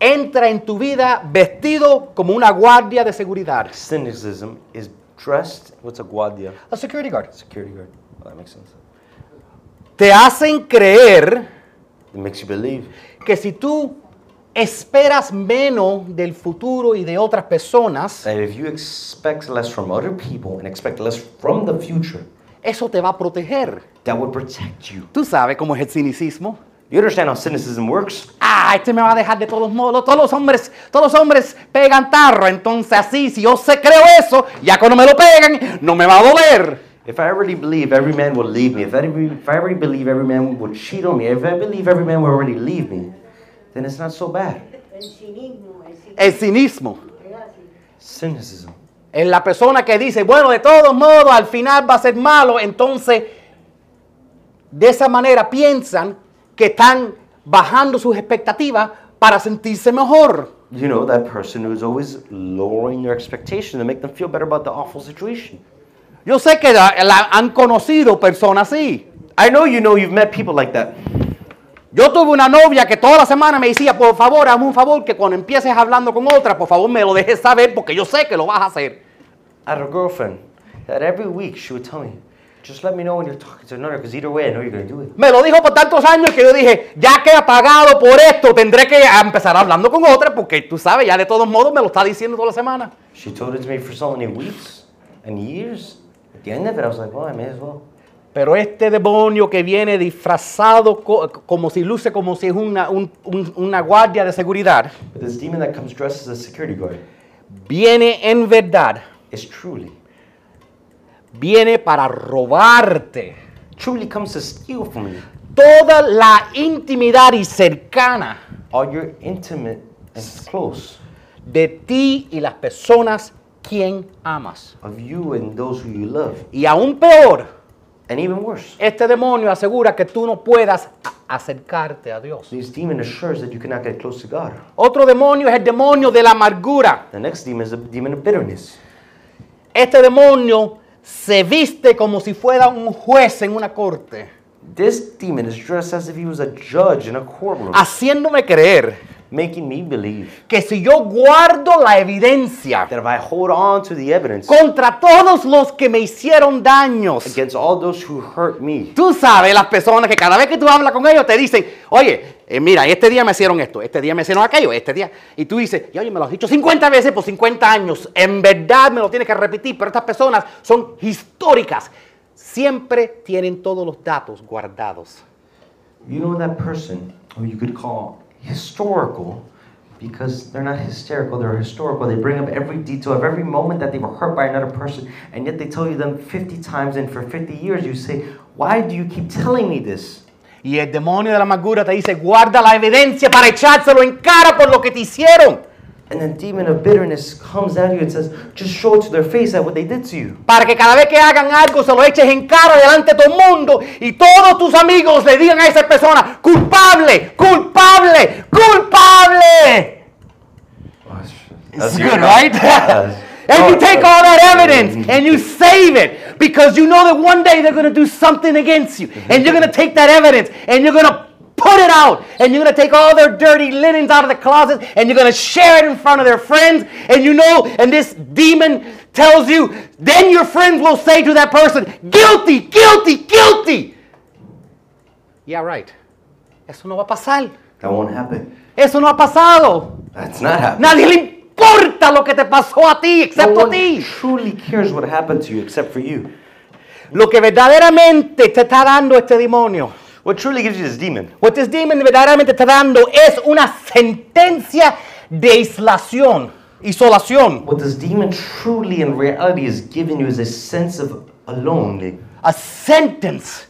S6: entra en tu vida vestido como una guardia de seguridad.
S2: Cynicism is dressed. What's a guardia?
S6: A security guard.
S2: Security guard. Oh, that makes sense.
S6: Te hacen creer
S2: It makes you believe
S6: que si tú esperas menos del futuro y de otras personas,
S2: that if you expect less from other people and expect less from the future,
S6: eso te va a proteger.
S2: that would protect you.
S6: Tú sabes cómo es el cinicismo.
S2: You understand how cynicism works?
S6: Ah, este me va a dejar de todos modos. Todos los hombres, todos los hombres pegan tarro. Entonces así, si yo sé creo eso, ya cuando me lo pegan, no me va a doler.
S2: If I already believe every man will leave me, if, every, if I already believe every man will cheat on me, if I believe every man will already leave me, then it's not so bad.
S7: El cinismo, el cinismo
S6: El cinismo.
S7: es así.
S2: Cynicism.
S6: Es la persona que dice, bueno, de todos modos, al final va a ser malo. Entonces
S1: de esa manera piensan que están bajando sus expectativas para sentirse mejor.
S2: You know, that person who's always lowering their expectation to make them feel better about the awful situation.
S1: Yo sé que la- la- han conocido personas así.
S2: I know you know you've met people like that.
S1: Yo tuve una novia que toda la semana me decía, por favor, hazme un favor, que cuando empieces hablando con otra, por favor me lo dejes saber porque yo sé que lo vas a hacer.
S2: I had a girlfriend that every week she would tell me, just let me know when you're talking to another, because either way I know you're going to do it.
S1: Me lo dijo por tantos años que yo dije, ya que he pagado por esto, tendré que empezar hablando con otra porque tú sabes, ya de todos modos me lo está diciendo toda la semana.
S2: She told it to me for so many weeks and years. At the end of it, I was like, well, I may as well.
S1: Pero este demonio que viene disfrazado co- como si luce como si es una, un- un- una guardia de seguridad,
S2: But this demon that comes dressed as a security guard
S1: viene en verdad,
S2: is truly,
S1: viene para robarte
S2: truly comes to steal from you
S1: toda la intimidad y cercana
S2: all your intimate and close
S1: de ti y las personas quien amas.
S2: of you and those who you love.
S1: Y aún peor,
S2: And even worse,
S1: este demonio asegura que tú no puedas a- acercarte a Dios.
S2: this demon assures that you cannot get close to God.
S1: Otro demonio es el demonio de la amargura.
S2: The next demon is the demon of bitterness.
S1: Este demonio se viste como si fuera un juez en una corte,
S2: This demon is dressed as if he was a judge in a courtroom,
S1: Ah. haciéndome creer
S2: making me believe
S1: que si yo guardo la evidencia
S2: that if I hold on to the evidence
S1: contra todos los que me hicieron daños,
S2: against all those who hurt me,
S1: Tú sabes las personas que cada vez que tú hablas con ellos te dicen, oye, eh, mira, este día me hicieron esto, este día me hicieron aquello, este día. Y tú dices, y oye, me lo has dicho 50 veces por 50 años. En verdad me lo tienes que repetir, pero estas personas son históricas. Siempre tienen todos los datos guardados.
S2: you know that person who you could call historical because they're not hysterical, they're historical. They bring up every detail of every moment that they were hurt by another person, and yet they tell you them 50 times, and for 50 years you say, Why do you keep telling me this?
S1: Y el demonio de la amargura te dice, guarda la evidencia para echárselo en cara por lo que te hicieron,
S2: And the demon of bitterness comes at you and says, Just show it to their face at what they did to you.
S1: para que cada vez que hagan algo se lo eches en cara delante de todo el mundo y todos tus amigos le digan a esa persona, culpable, culpable, culpable. It's good, right? [LAUGHS] and you take all that evidence and you save it because you know that one day they're going to do something against you and you're going to take that evidence and you're going to put it out and you're going to take all their dirty linens out of the closet and you're going to share it in front of their friends and you know and this demon tells you then your friends will say to that person guilty guilty guilty yeah right eso no va a pasar
S2: That won't happen.
S1: eso no ha pasado
S2: That's not happening.
S1: Nadie le importa lo que te pasó a ti,
S2: No
S1: excepto a
S2: one
S1: ti.
S2: truly cares what happened to you except for you.
S1: Lo que verdaderamente te está dando este demonio,
S2: What truly gives you this demon?
S1: what this demon verdaderamente te está dando es una sentencia de aislación, isolación,
S2: What this demon truly in reality is giving you is a sense of alone.
S1: a sentence.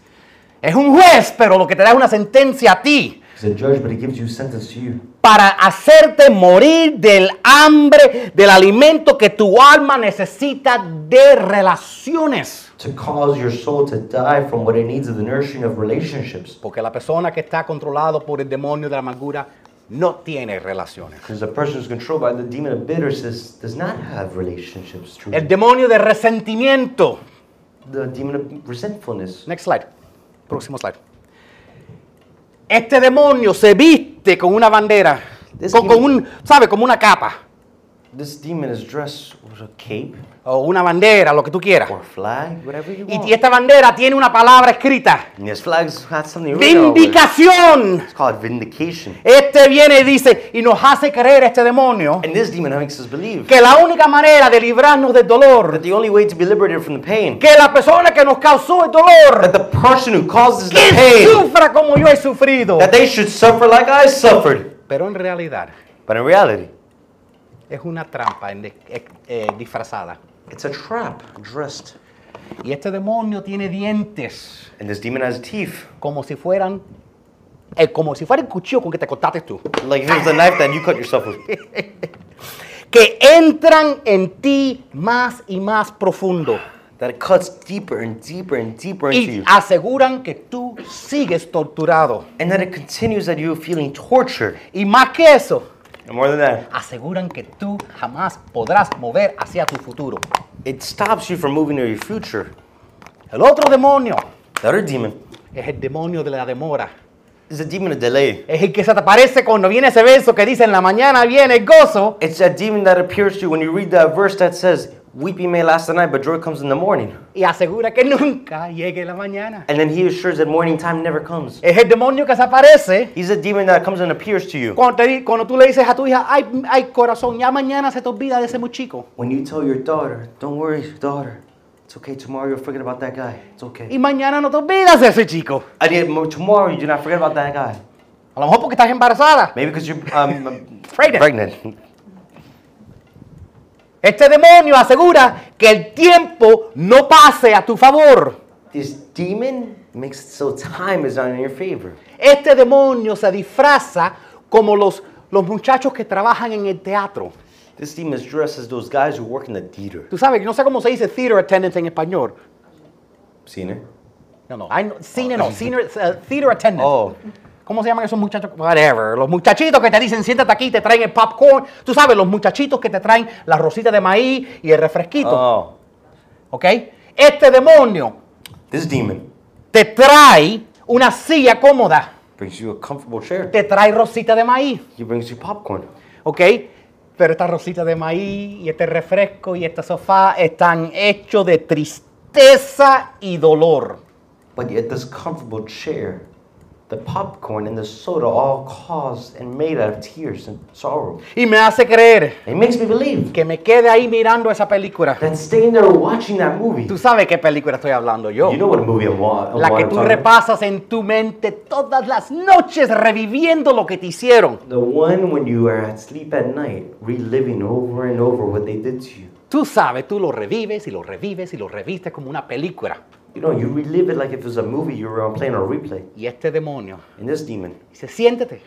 S1: Es un juez, pero lo que te da es una sentencia a ti
S2: He's a judge, but he gives you a sentence to you.
S1: para hacerte morir del hambre, del alimento que tu alma necesita de relaciones.
S2: To cause your soul to die from what it needs of the nourishing of relationships.
S1: Porque la persona que está controlado por el demonio de la amargura no tiene relaciones.
S2: Because the person who's controlled by the demon of bitterness does not have relationships truly.
S1: El demonio de resentimiento.
S2: the demon of resentfulness.
S1: Next slide. Próximo slide. Este demonio se viste con una bandera,
S2: This
S1: con, con
S2: demon-
S1: un, ¿sabe? Como una capa
S2: This demon is dressed with a cape
S1: o una bandera, lo que tú quieras.
S2: or a flag, whatever you
S1: Y
S2: want.
S1: y esta bandera tiene una palabra escrita.
S2: And this flag's got something written over it.
S1: Vindicación.
S2: It's called vindication.
S1: Este viene y dice, y nos hace creer este demonio,
S2: And this demon makes us believe
S1: que la única manera de librarnos del dolor,
S2: that the only way to be liberated from the pain,
S1: que la persona que nos causó el dolor,
S2: that the person who causes the
S1: que
S2: pain,
S1: sufra como yo he sufrido.
S2: that they should suffer like I suffered.
S1: Pero en realidad
S2: But in reality,
S1: es una trampa en- eh, eh, disfrazada.
S2: it's a trap dressed.
S1: Y este demonio tiene dientes
S2: And this demon has teeth.
S1: como si fueran, eh, como si fuera el cuchillo con que te cortaste tú,
S2: Like if it was a knife that you cut yourself with.
S1: que entran en ti más y más profundo
S2: That it cuts deeper and deeper and deeper into
S1: y
S2: you.
S1: aseguran que tú
S6: tú sigues torturado.
S2: and that it continues that you're feeling tortured.
S6: Y más que eso,
S2: And more than that,
S6: aseguran que tú jamás podrás mover hacia tu futuro.
S2: it stops you from moving to your future.
S6: El otro demonio
S2: The other demon
S6: es el demonio de la demora.
S2: is the demon of delay.
S6: Es el que se te aparece cuando viene ese verso que dice en la mañana viene el gozo.
S2: It's that demon that appears to you when you read that verse that says, Weeping may last the night, but joy comes in the morning.
S6: y asegura que nunca llegue la mañana.
S2: And then he assures that morning time never comes.
S6: Es el demonio que se aparece
S2: He's a demon that comes and appears to you.
S6: cuando, te di- cuando tú le dices a tu hija, ay, ay corazón, ya mañana se te olvida de ese muchico.
S2: When you tell your daughter, Don't worry, daughter, it's okay, tomorrow you'll forget about that guy. It's okay.
S6: Y mañana no te olvidas de ese chico.
S2: And yet, mo- tomorrow you do not forget about that guy.
S6: A lo mejor porque estás embarazada.
S2: Maybe because you're um, [LAUGHS]
S6: Pregnant.
S2: pregnant.
S6: Este demonio asegura que el tiempo no pase a tu favor.
S2: This demon makes it so time is not in your favor.
S6: Este demonio se disfraza como los, los muchachos que trabajan en el teatro.
S2: This demon is dressed as those guys who work in the theater.
S6: Tú sabes que no sé cómo se dice theater attendant en español.
S2: Seen it?
S6: No, no, I know- cine [LAUGHS] no, cine, eh, theater attendant.
S2: Oh,
S6: ¿Cómo se llaman esos muchachos? Whatever. Los muchachitos que te dicen, siéntate aquí, te traen el popcorn. Tú sabes, los muchachitos que te traen la rosita de maíz y el refresquito.
S2: oh.
S6: ¿Ok? Este demonio
S2: This demon
S6: te trae una silla cómoda.
S2: brings you a comfortable chair.
S6: Te trae rosita de maíz.
S2: He brings you popcorn.
S6: ¿Ok? Pero esta rosita de maíz y este refresco y este sofá están hechos de tristeza y dolor.
S2: But yet, this comfortable chair, the popcorn, and the soda all caused and made out of tears and sorrow.
S6: Y me hace creer
S2: It makes me believe
S6: que me quede ahí mirando esa película.
S2: that staying there watching that movie.
S6: Tú sabes qué película estoy hablando yo.
S2: You know what movie I'm watching.
S6: La que tú repasas en tu mente todas las noches reviviendo lo que te hicieron.
S2: The one when you are at sleep at night, reliving over and over what they did to you.
S6: Tú sabes, tú lo revives y lo revives y lo revistes como una película.
S2: You know, you relive it like if it was a movie you were on playing or replay.
S6: Y este demonio
S2: And this demon,
S6: dice, siéntete.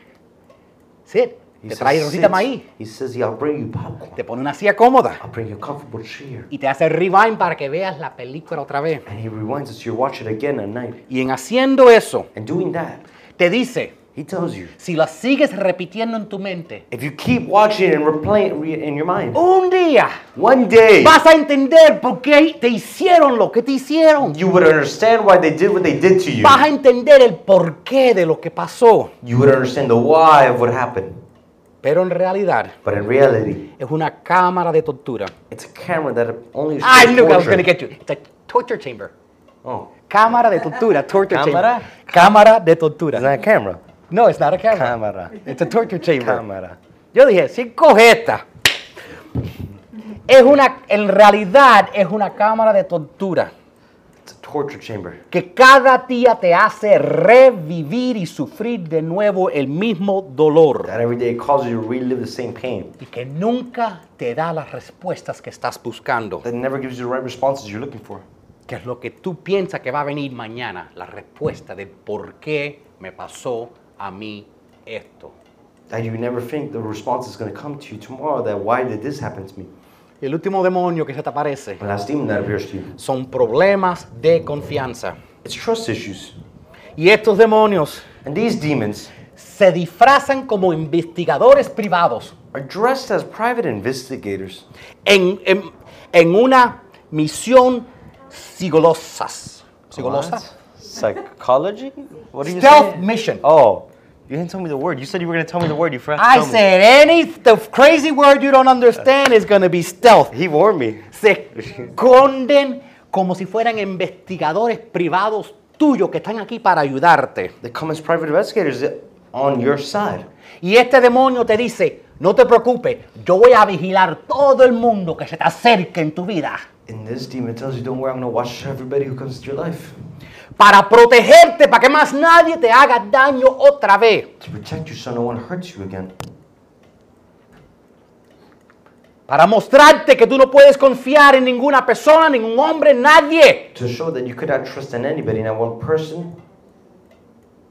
S6: Sit.
S2: he
S6: Te
S2: says,
S6: trae Rosita
S2: "Sit."
S6: Maíz.
S2: He says, yeah, I'll bring you popcorn.
S6: Te pone una silla cómoda.
S2: I'll bring you a comfortable chair.
S6: Y te hace rewind para que veas la película otra vez.
S2: And he rewinds us. You watch it again at night.
S6: Y en haciendo eso,
S2: And doing that,
S6: te dice,
S2: he tells you,
S6: si la sigues repitiendo en tu mente,
S2: if you keep watching and replaying re- in your mind,
S6: un día
S2: one day
S6: vas a entender por qué te hicieron lo que te hicieron.
S2: you would understand why they did what they did to you.
S6: Vas a entender el porqué de lo que pasó.
S2: You would understand the why of what happened.
S6: Pero en realidad
S2: But in reality,
S6: es una cámara de [LAUGHS] tortura.
S2: it's a camera that only shows
S6: I knew I was
S2: torture.
S6: going to get you. It's a torture chamber.
S2: Oh,
S6: Cámara de tortura, torture
S2: Cámara?
S6: chamber. Cámara de
S2: it's
S6: tortura.
S2: not a camera.
S6: No, it's not a camera.
S2: Cámara.
S6: It's a torture chamber.
S2: Cámara.
S6: Yo dije, si coge esta. Es una, en realidad es una cámara de tortura
S2: It's a torture chamber.
S6: que cada día te hace revivir y sufrir de nuevo el mismo dolor
S2: That every day causes you to relive the same pain.
S6: y que nunca te da las respuestas que estás buscando.
S2: That never gives you the right responses you're looking for.
S6: que es lo que tú piensas que va a venir mañana, la respuesta de por qué me pasó a mí esto.
S2: That you never think the response is going to come to you tomorrow. That why did this happen to me?
S6: Y el último demonio que se te aparece
S2: The last demon that appears to you.
S6: son problemas de confianza.
S2: It's trust issues.
S6: Y estos demonios
S2: And these demons
S6: se disfrazan como investigadores privados
S2: are dressed as private investigators
S6: en, en- en una misión sigilosas. ¿Sigolosa?
S2: Psychology? What do you
S6: Stealth
S2: say?
S6: mission.
S2: Oh, you didn't tell me the word. You said you were going to tell me the word. You forgot to
S6: I
S2: tell me.
S6: said any the crazy word you don't understand is going to be stealth.
S2: He warned me.
S6: se esconden como si fueran investigadores privados tuyos que están aquí para ayudarte.
S2: They come as private investigators on your side.
S6: Y este demonio te dice, no te preocupes, yo voy a vigilar todo el mundo que se te acerque en tu vida
S2: And this demon tells you, don't worry, I'm going to watch everybody who comes to your life.
S6: para protegerte, para que más nadie te haga daño otra vez.
S2: To protect you so no one hurts you again.
S6: Para mostrarte que tú no puedes confiar en ninguna persona, ningún hombre, nadie.
S2: To show that you could not trust in anybody, not one person.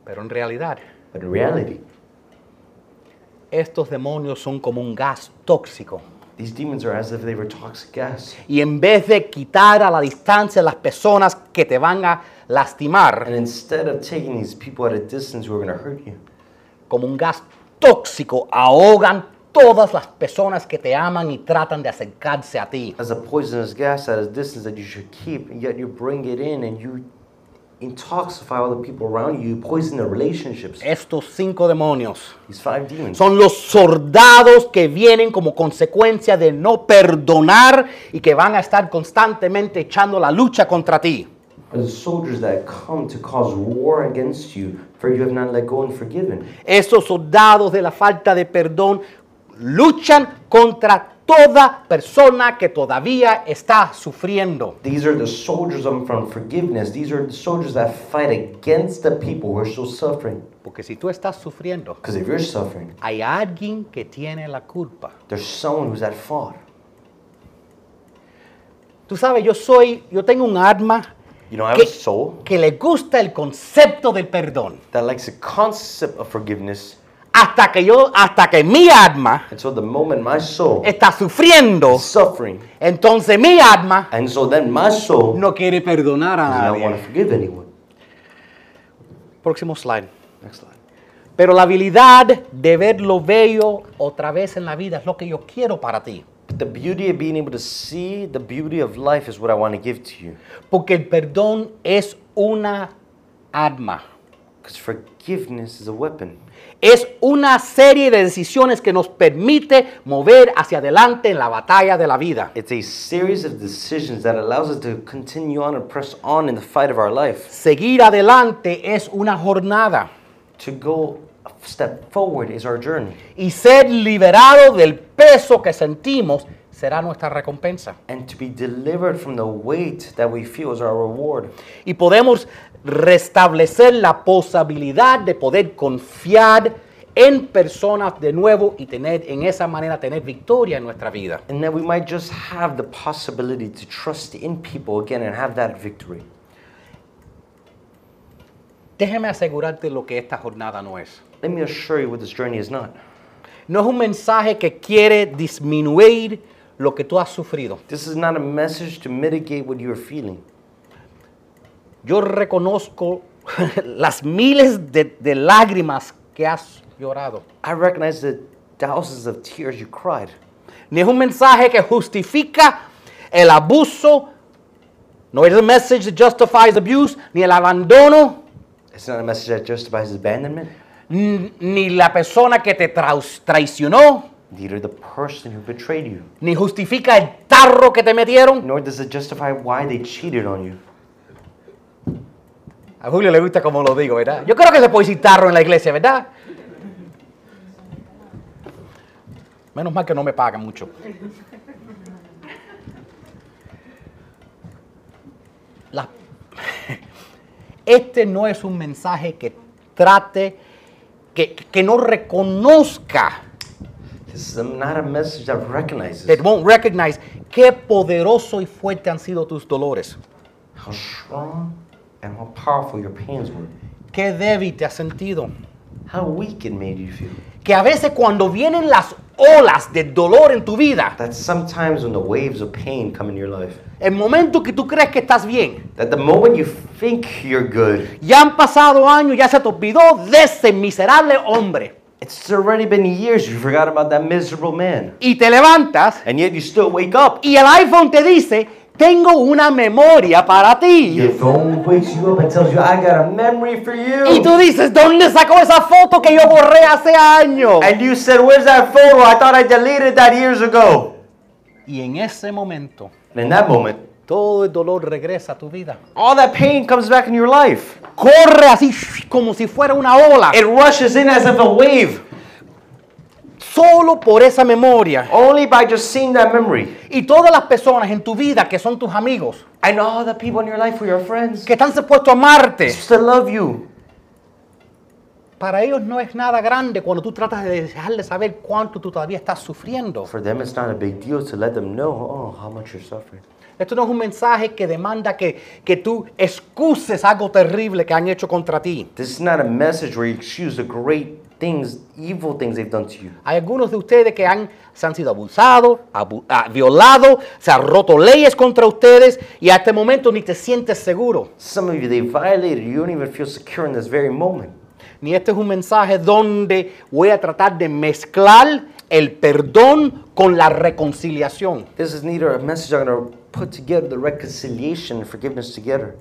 S6: Pero en realidad,
S2: But in reality,
S6: estos demonios son como un gas tóxico
S2: These demons are as if they were toxic gas.
S6: Y en vez de quitar a la distancia las personas que te van a lastimar
S2: And instead of taking these people at a distance who are going to hurt you,
S6: como un gas tóxico, ahogan todas las personas que te aman y tratan de acercarse a ti.
S2: as a poisonous gas at a distance that you should keep, and yet you bring it in and you intoxify all the people around you, you poison their relationships.
S6: Estos cinco demonios
S2: These five demons
S6: son los soldados que vienen como consecuencia de no perdonar y que van a estar constantemente echando la lucha contra ti.
S2: are the soldiers that come to cause war against you, for you have not let go and forgiven.
S6: Esos soldados de la falta de perdón luchan contra toda persona que todavía está sufriendo.
S2: These are the soldiers of from forgiveness. These are the soldiers that fight against the people who are still suffering.
S6: Porque si tú estás sufriendo,
S2: Because if you're suffering,
S6: hay alguien que tiene la culpa.
S2: there's someone who's at fault.
S6: Tú sabes, yo soy, yo tengo un arma
S2: You know, I have
S6: que,
S2: a soul
S6: que le gusta el concepto del perdón.
S2: that likes the concept of forgiveness.
S6: Hasta que yo, hasta que mi arma
S2: And so the moment my soul
S6: está sufriendo,
S2: is suffering,
S6: entonces mi arma
S2: and so then my soul does
S6: no quiere perdonar a
S2: not want
S6: nadie.
S2: to forgive anyone.
S6: Próximo slide.
S2: Next slide.
S6: Pero la habilidad de ver lo bello otra vez en la vida es lo que yo quiero para ti.
S2: But the beauty of being able to see the beauty of life is what I want to give to you.
S6: Porque el perdón es una arma.
S2: Because forgiveness is a weapon.
S6: Es una serie de decisiones que nos permite mover hacia adelante en la batalla de la vida.
S2: It's a series of decisions that allows us to continue on and press on in the fight of our life.
S6: Seguir adelante es una jornada
S2: To go a step forward is our journey.
S6: y ser liberado del peso que sentimos será nuestra recompensa.
S2: And to be delivered from the weight that we feel is our reward.
S6: Y podemos restablecer la posibilidad de poder confiar en personas de nuevo y tener en esa manera tener victoria en nuestra vida.
S2: And that we might just have the possibility to trust in people again and have that victory.
S6: Déjeme asegurarte lo que esta jornada no es.
S2: Let me assure you what this journey is not.
S6: No es un mensaje que quiere disminuir lo que tú has sufrido.
S2: This is not a message to mitigate what you're feeling.
S6: Yo reconozco [LAUGHS] las miles de, de lágrimas que has llorado.
S2: I recognize the thousands of tears you cried.
S6: Ni es un mensaje que justifica el abuso. No es un message that justifies abuse, ni el abandono,
S2: It's not a message that justifies abandonment.
S6: n- ni la persona que te traus- traicionó,
S2: Neither the person who betrayed you.
S6: ni justifica el tarro que te metieron.
S2: nor does it justify why they cheated on you.
S6: A Julio le gusta como lo digo, ¿verdad? Yo creo que se puede decir tarro en la iglesia, ¿verdad? Menos mal que no me pagan mucho. La- [LAUGHS] Este no es un mensaje que trate, que, que no reconozca,
S2: This is a- not a message that recognizes
S6: that won't recognize qué poderoso y fuerte han sido tus dolores,
S2: how strong and how powerful your pains were,
S6: qué débil te has sentido.
S2: how weak it made you feel.
S6: que a veces cuando vienen las olas de dolor en tu vida,
S2: That sometimes when the waves of pain come in your life,
S6: el momento que tú crees que estás bien,
S2: that the moment you think you're good,
S6: ya han pasado años, ya se te olvidó de ese miserable hombre
S2: it's already been years you forgot about that miserable man,
S6: y te levantas
S2: and yet you still wake up.
S6: y el iPhone te dice, tengo una memoria para ti.
S2: Your phone wakes you up and tells you, "I got a memory for
S6: Y tú
S2: you."
S6: dices, ¿dónde sacó esa foto que yo borré hace años?
S2: And you said, "Where's that photo? I thought I deleted that years ago."
S6: Y en ese momento,
S2: And in that moment,
S6: todo el dolor regresa a tu vida.
S2: all that pain comes back in your life.
S6: Corre así como si fuera una ola.
S2: It rushes in as if a wave,
S6: Solo por esa memoria.
S2: only by just seeing that memory.
S6: Y todas las personas en tu vida que son tus amigos,
S2: And all the people in your life who are your friends
S6: que están supuestos a amarte,
S2: used to love you.
S6: para ellos no es nada grande cuando tú tratas de dejarles saber cuánto tú todavía estás sufriendo.
S2: For them, it's not a big deal to let them know, oh, how much you're suffering.
S6: Esto no es un mensaje que demanda que, que tú excuses algo terrible que han hecho contra ti.
S2: This is not a message where you excuse the great things, evil things they've done to you.
S6: Hay algunos de ustedes que han, se han sido abusados, abu- ah, violados, se han roto leyes contra ustedes y a este momento ni te sientes seguro.
S2: Some of you, they violated you. You don't even feel secure in this very moment.
S6: Ni este es un mensaje donde voy a tratar de mezclar el perdón con la reconciliación.
S2: This is neither a message I'm going to put together the reconciliation and forgiveness together.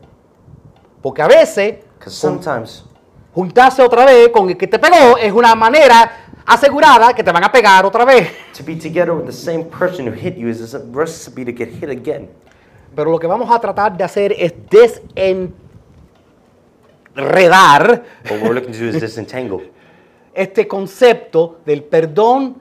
S6: Porque a veces
S2: Because sometimes
S6: juntarse otra vez con el que te pegó es una manera asegurada que te van a pegar otra vez.
S2: to be together with the same person who hit you is a recipe to get hit again.
S6: Pero lo que vamos a tratar de hacer es desenredar
S2: What we're looking to do is disentangle
S6: este concepto del perdón,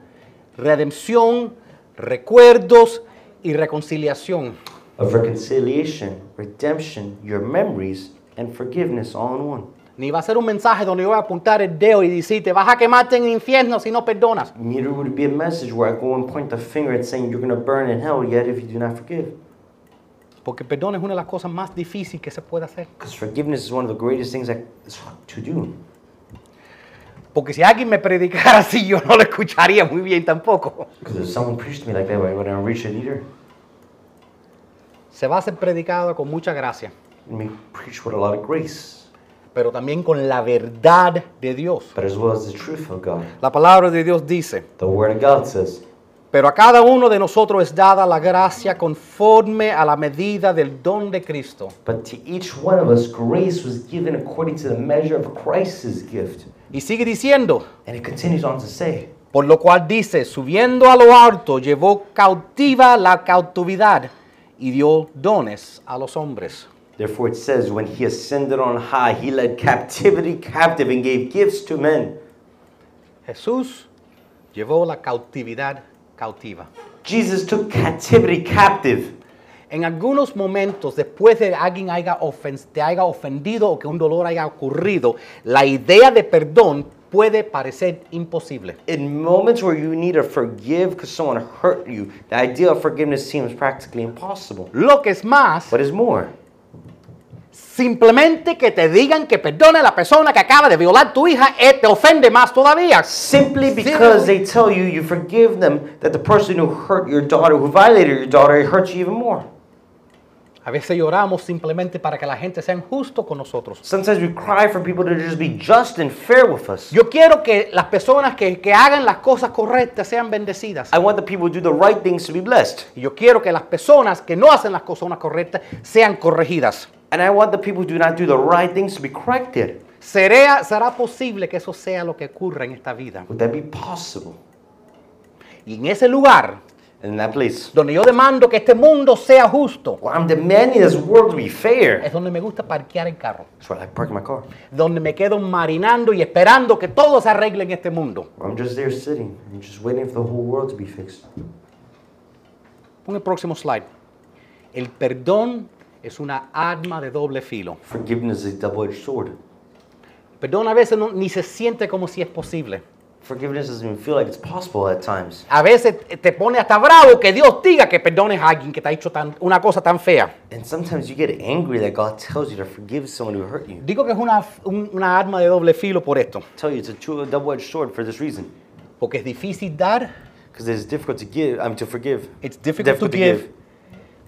S6: redención, recuerdos y reconciliación.
S2: of reconciliation, redemption, your memories, and forgiveness all in one.
S6: Ni va a ser un mensaje donde yo voy a apuntar el dedo y decirte, vas a quemarte en el infierno si no perdonas.
S2: Neither would it be a message where I go and point the finger at saying you're going to burn in hell yet if you do not forgive.
S6: Porque el perdón es una de las cosas más difíciles que se puede hacer.
S2: Because forgiveness is one of the greatest things that is to do.
S6: Porque si alguien me predicara así, yo no lo escucharía muy bien tampoco.
S2: Because if someone preached to me like that when I reach a leader,
S6: Se va a ser predicado con mucha gracia,
S2: let me preach with a lot of grace,
S6: pero también con la verdad de Dios.
S2: but as well as the truth of God.
S6: La palabra de Dios dice,
S2: The Word of God says,
S6: Pero a cada uno de nosotros es dada la gracia conforme a la medida del don de Cristo.
S2: But to each one of us, grace was given according to the measure of Christ's gift.
S6: Y sigue diciendo,
S2: And it continues on to say,
S6: por lo cual dice, subiendo a lo alto, llevó cautiva la cautividad y dio dones a los hombres.
S2: Therefore it says, when he ascended on high, he led captivity captive and gave gifts to men.
S6: Jesús llevó la cautividad cautiva.
S2: Jesus took captivity captive.
S6: En algunos momentos, después de alguien haya ofen- te haya ofendido o que un dolor haya ocurrido, la idea de perdón puede parecer imposible.
S2: In moments where you need to forgive because someone hurt you, the idea of forgiveness seems practically impossible.
S6: Lo que es más,
S2: But is more,
S6: Simplemente que te digan que perdone a la persona que acaba de violar tu hija, eh, te ofende más todavía.
S2: simply because they tell you you forgive them, that the person who hurt your daughter, who violated your daughter, hurts you even more.
S6: A veces lloramos simplemente para que la gente sea injusto con nosotros.
S2: Sometimes we cry for people to just be just and fair with us.
S6: Yo quiero que las personas que, que hagan las cosas correctas sean bendecidas.
S2: I want the people who do the right things to be blessed.
S6: Y yo quiero que las personas que no hacen las cosas correctas sean corregidas.
S2: And I want the people who do not do the right things to be corrected.
S6: ¿Será, será posible que eso sea lo que ocurra en esta vida.
S2: Would that be possible?
S6: Y en ese lugar
S2: In that place.
S6: donde yo demando que este mundo sea justo,
S2: Well, I'm demanding this world to be fair.
S6: es donde me gusta parquear el carro.
S2: That's why I like parking my car.
S6: donde me quedo marinando y esperando que todo se arregle en este mundo.
S2: I'm just there sitting. I'm just waiting for the whole world to be fixed.
S6: Pon el próximo slide. El perdón es una arma de doble filo.
S2: Forgiveness is a double-edged sword.
S6: El perdón a veces no- ni se siente como si es posible.
S2: Forgiveness doesn't even feel like it's possible at times.
S6: A veces te pone hasta bravo que Dios diga que perdones a alguien que te ha hecho tan- una cosa tan fea.
S2: And sometimes you get angry that God tells you to forgive someone who hurt you.
S6: Digo que es una, un- una arma de doble filo por esto,
S2: I tell you it's a true double-edged sword for this reason.
S6: porque es difícil dar,
S2: Because it is difficult to give, I'm to forgive.
S6: It's difficult to give.
S2: give,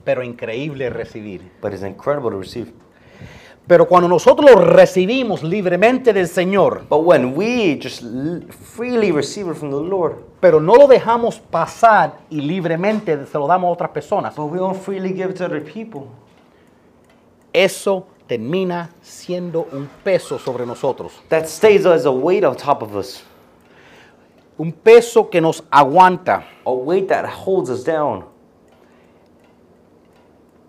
S6: pero increíble recibir.
S2: but it's incredible to receive.
S6: Pero cuando nosotros lo recibimos libremente del Señor,
S2: But when we just l- freely receive it from the Lord,
S6: pero no lo dejamos pasar y libremente se lo damos a otras personas,
S2: but we don't freely give it to other people,
S6: eso termina siendo un peso sobre nosotros.
S2: that stays as a weight on top of us,
S6: Un peso que nos aguanta
S2: a weight that holds us down.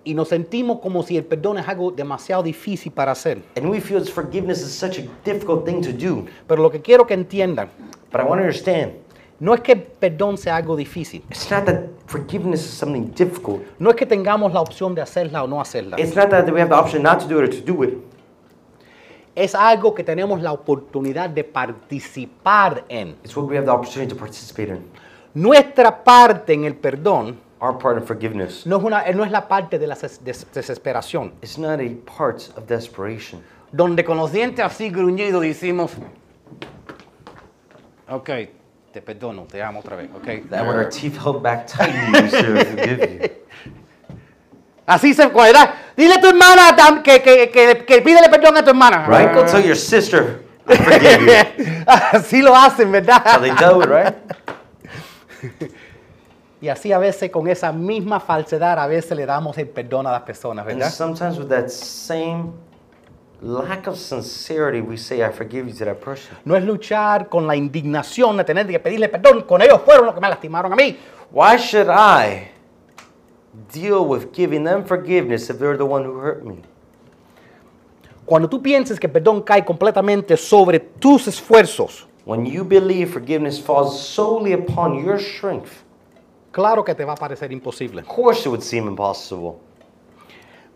S6: y nos sentimos como si el perdón es algo demasiado difícil para hacer.
S2: And we feel this forgiveness is such a difficult thing to do.
S6: Pero lo que quiero que entiendan,
S2: But I want to understand,
S6: no es que el perdón sea algo difícil,
S2: it's not that forgiveness is something difficult.
S6: no es que tengamos la opción de hacerla o no hacerla, es,
S2: It's not that we have the option not to do it or to do it.
S6: algo que tenemos la oportunidad de participar en.
S2: It's what we have the opportunity to participate in.
S6: Nuestra parte en el perdón
S2: our part in forgiveness.
S6: No es, una, no es la parte de la ses- des- desesperación,
S2: It's not a part of desperation.
S6: donde con los dientes así gruñidos decimos, ok, te perdono, te amo otra vez, ok.
S2: That when our teeth held back tightly, we still forgive you.
S6: Así se cuadra. Dile a tu hermana tam- que, que, que, que pídele perdón a tu hermana.
S2: Right? Go tell your sister, I forgive you. That's
S6: [LAUGHS] así lo hacen,
S2: how
S6: ¿verdad?
S2: they dealt with, right?
S6: Y así a veces con esa misma falsedad a veces le damos el perdón a las personas,
S2: And
S6: ¿verdad?
S2: sometimes with that same lack of sincerity, we say, I forgive you to that person.
S6: No es luchar con la indignación de tener que pedirle perdón. Con ellos fueron los que me lastimaron a mí.
S2: Why should I deal with giving them forgiveness if they're the one who hurt me?
S6: Cuando tú pienses que el perdón cae completamente sobre tus esfuerzos,
S2: When you believe forgiveness falls solely upon your strength,
S6: claro que te va a parecer imposible.
S2: of course it would seem impossible.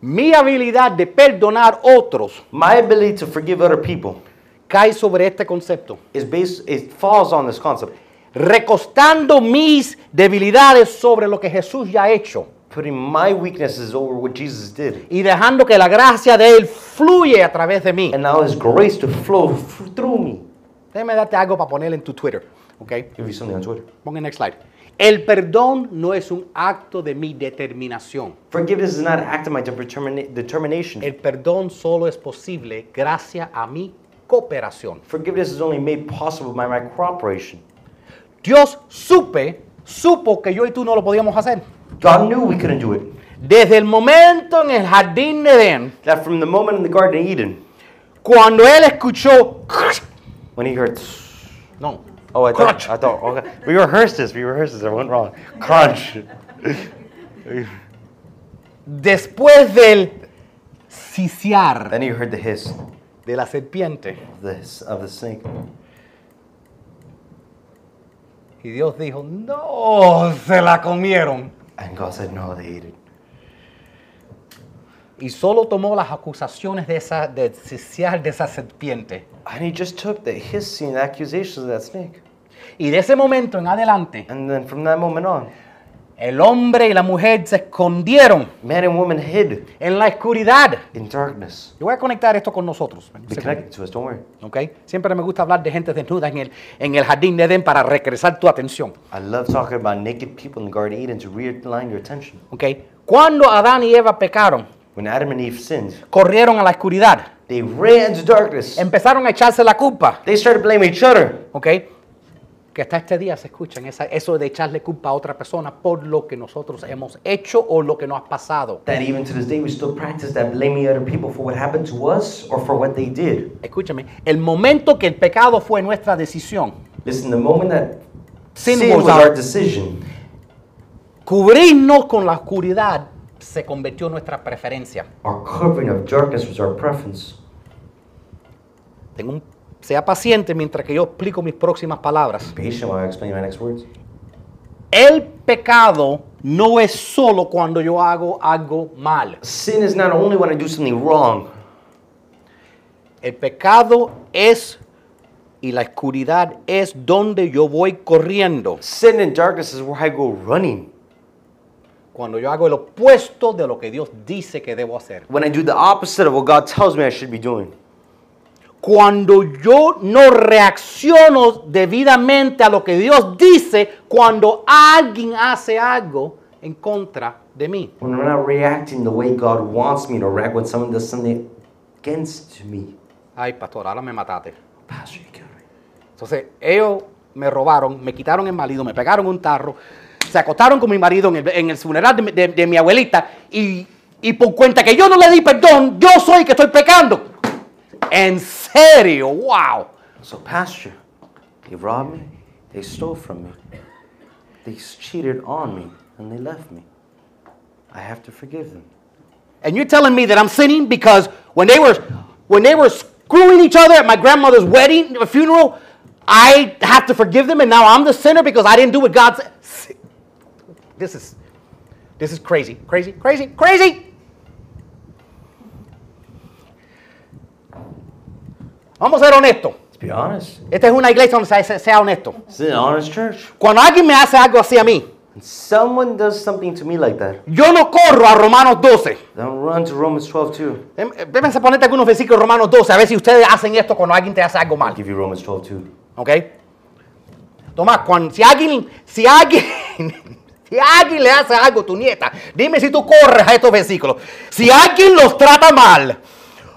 S6: Mi habilidad de perdonar otros
S2: My ability to forgive other people
S6: cae sobre este concepto.
S2: is based, it falls on this concept.
S6: recostando mis debilidades sobre lo que Jesús ya ha hecho
S2: Putting my weaknesses over what Jesus did.
S6: y dejando que la gracia de Él fluye a través de mí.
S2: And now his grace to flow f- through me.
S6: Déjame darte algo para poner en tu Twitter, ¿ok?
S2: Give you something on Twitter.
S6: Pon el next slide. El perdón no es un acto de mi determinación.
S2: Forgiveness is not an act of my determina- determination.
S6: El perdón solo es posible gracias a mi cooperación.
S2: Forgiveness is only made possible by my cooperation.
S6: Dios supe, supo que yo y tú no lo podíamos hacer.
S2: God knew we couldn't do it.
S6: Desde el momento en el jardín de Edén,
S2: That from the moment in the Garden of Eden,
S6: cuando Él escuchó,
S2: when he heard,
S6: no,
S2: oh, I
S6: crunch,
S2: thought, I thought, okay. we rehearsed this, we rehearsed this, I went wrong. Crunch.
S6: después del ciciar
S2: Then he heard the hiss
S6: de la serpiente.
S2: of the, hiss of the snake.
S6: Y Dios dijo, no, se la comieron.
S2: And God said, no, they ate it.
S6: Y solo tomó las acusaciones de esa, de ciciar de esa serpiente.
S2: And he just took the hissing accusations of that snake.
S6: Y de ese momento en adelante,
S2: And then from that moment on,
S6: el hombre y la mujer se escondieron
S2: man and woman hid
S6: en la oscuridad.
S2: in darkness.
S6: Yo voy a conectar esto con nosotros.
S2: Be connected to us, don't worry.
S6: ¿ok? Siempre me gusta hablar de gente desnuda en el, en el jardín de Edén para regresar tu atención.
S2: I love talking about naked people in the Garden of Eden to realign your attention.
S6: ¿ok? Cuando Adán y Eva pecaron,
S2: When Adam and Eve sinned,
S6: corrieron a la oscuridad.
S2: they ran into darkness.
S6: Empezaron a echarse la culpa,
S2: They started blaming each other.
S6: ¿ok? Que hasta este día se escuchan esa- eso de echarle culpa a otra persona por lo que nosotros hemos hecho o lo que nos ha pasado.
S2: That even to this day, we still practice that blaming other people for what happened to us or for what they did.
S6: Escúchame, el momento que el pecado fue nuestra decisión,
S2: Listen, the moment that
S6: Sin
S2: sin,
S6: was
S2: was
S6: our-
S2: our decision,
S6: cubrirnos con la oscuridad se convirtió en nuestra preferencia.
S2: our covering of darkness was our preference.
S6: Tengo un- sea paciente mientras que yo explico mis próximas palabras.
S2: Patient while I explain my next words.
S6: El pecado no es solo cuando yo hago algo mal.
S2: Sin is not only when I do something wrong,
S6: El pecado es y la oscuridad es donde yo voy corriendo.
S2: sin and darkness is where I go running.
S6: Cuando yo hago el opuesto de lo que Dios dice que debo hacer.
S2: When I do the opposite of what God tells me I should be doing.
S6: Cuando yo no reacciono debidamente a lo que Dios dice cuando alguien hace algo en contra de mí.
S2: When I'm not reacting the way God wants me to react when someone does something against me.
S6: Ay, pastor, ahora me mataste.
S2: Pastor, you killed me.
S6: Entonces, ellos me robaron, me quitaron el marido, me pegaron un tarro, se acostaron con mi marido en el, en el funeral de, mi- de- de mi abuelita y, y por cuenta que yo no le di perdón, yo soy el que estoy pecando. En serio, wow.
S2: So, Pastor, they robbed me, they stole from me, they cheated on me, and they left me. I have to forgive them.
S6: And you're telling me that I'm sinning because when they were, when they were screwing each other at my grandmother's wedding, funeral, I have to forgive them and now I'm the sinner because I didn't do what God said. This is, this is crazy, crazy, crazy, crazy. Vamos a ser honestos.
S2: Let's be honest.
S6: Esta es una iglesia donde se- se- sea honesto.
S2: This is an honest church.
S6: Cuando alguien me hace algo así a mí,
S2: Someone does something to me like that.
S6: Yo no corro a Romanos 12.
S2: Don't run to Romans 12 too.
S6: Em- em, Vamos a ponerte algunos versículos de Romanos 12, a ver si ustedes hacen esto cuando alguien te hace algo mal.
S2: I'll give you Romans 12 too.
S6: ¿Ok? Tomás, cuando, si alguien, si alguien, [LAUGHS] si alguien le hace algo a tu nieta, dime si tú corres a estos versículos. Si alguien los trata mal,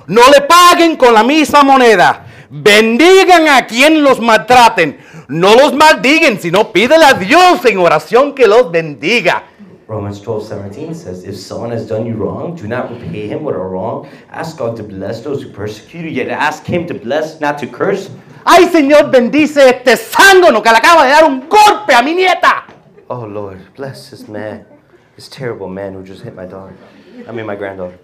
S6: no le paguen con la misma moneda. Bendigan a quien los maltraten. No los maldigan, sino pídele a Dios en oración que los bendiga.
S2: Romans 12 17 says, If someone has done you wrong, do not repay him with a wrong. Ask God to bless those who persecute you, yet ask him to bless, not to curse.
S6: Ay, Señor, bendice este zángano que le acaba de dar un golpe a mi nieta.
S2: Oh Lord, bless this man, this terrible man who just hit my daughter. I mean, my granddaughter.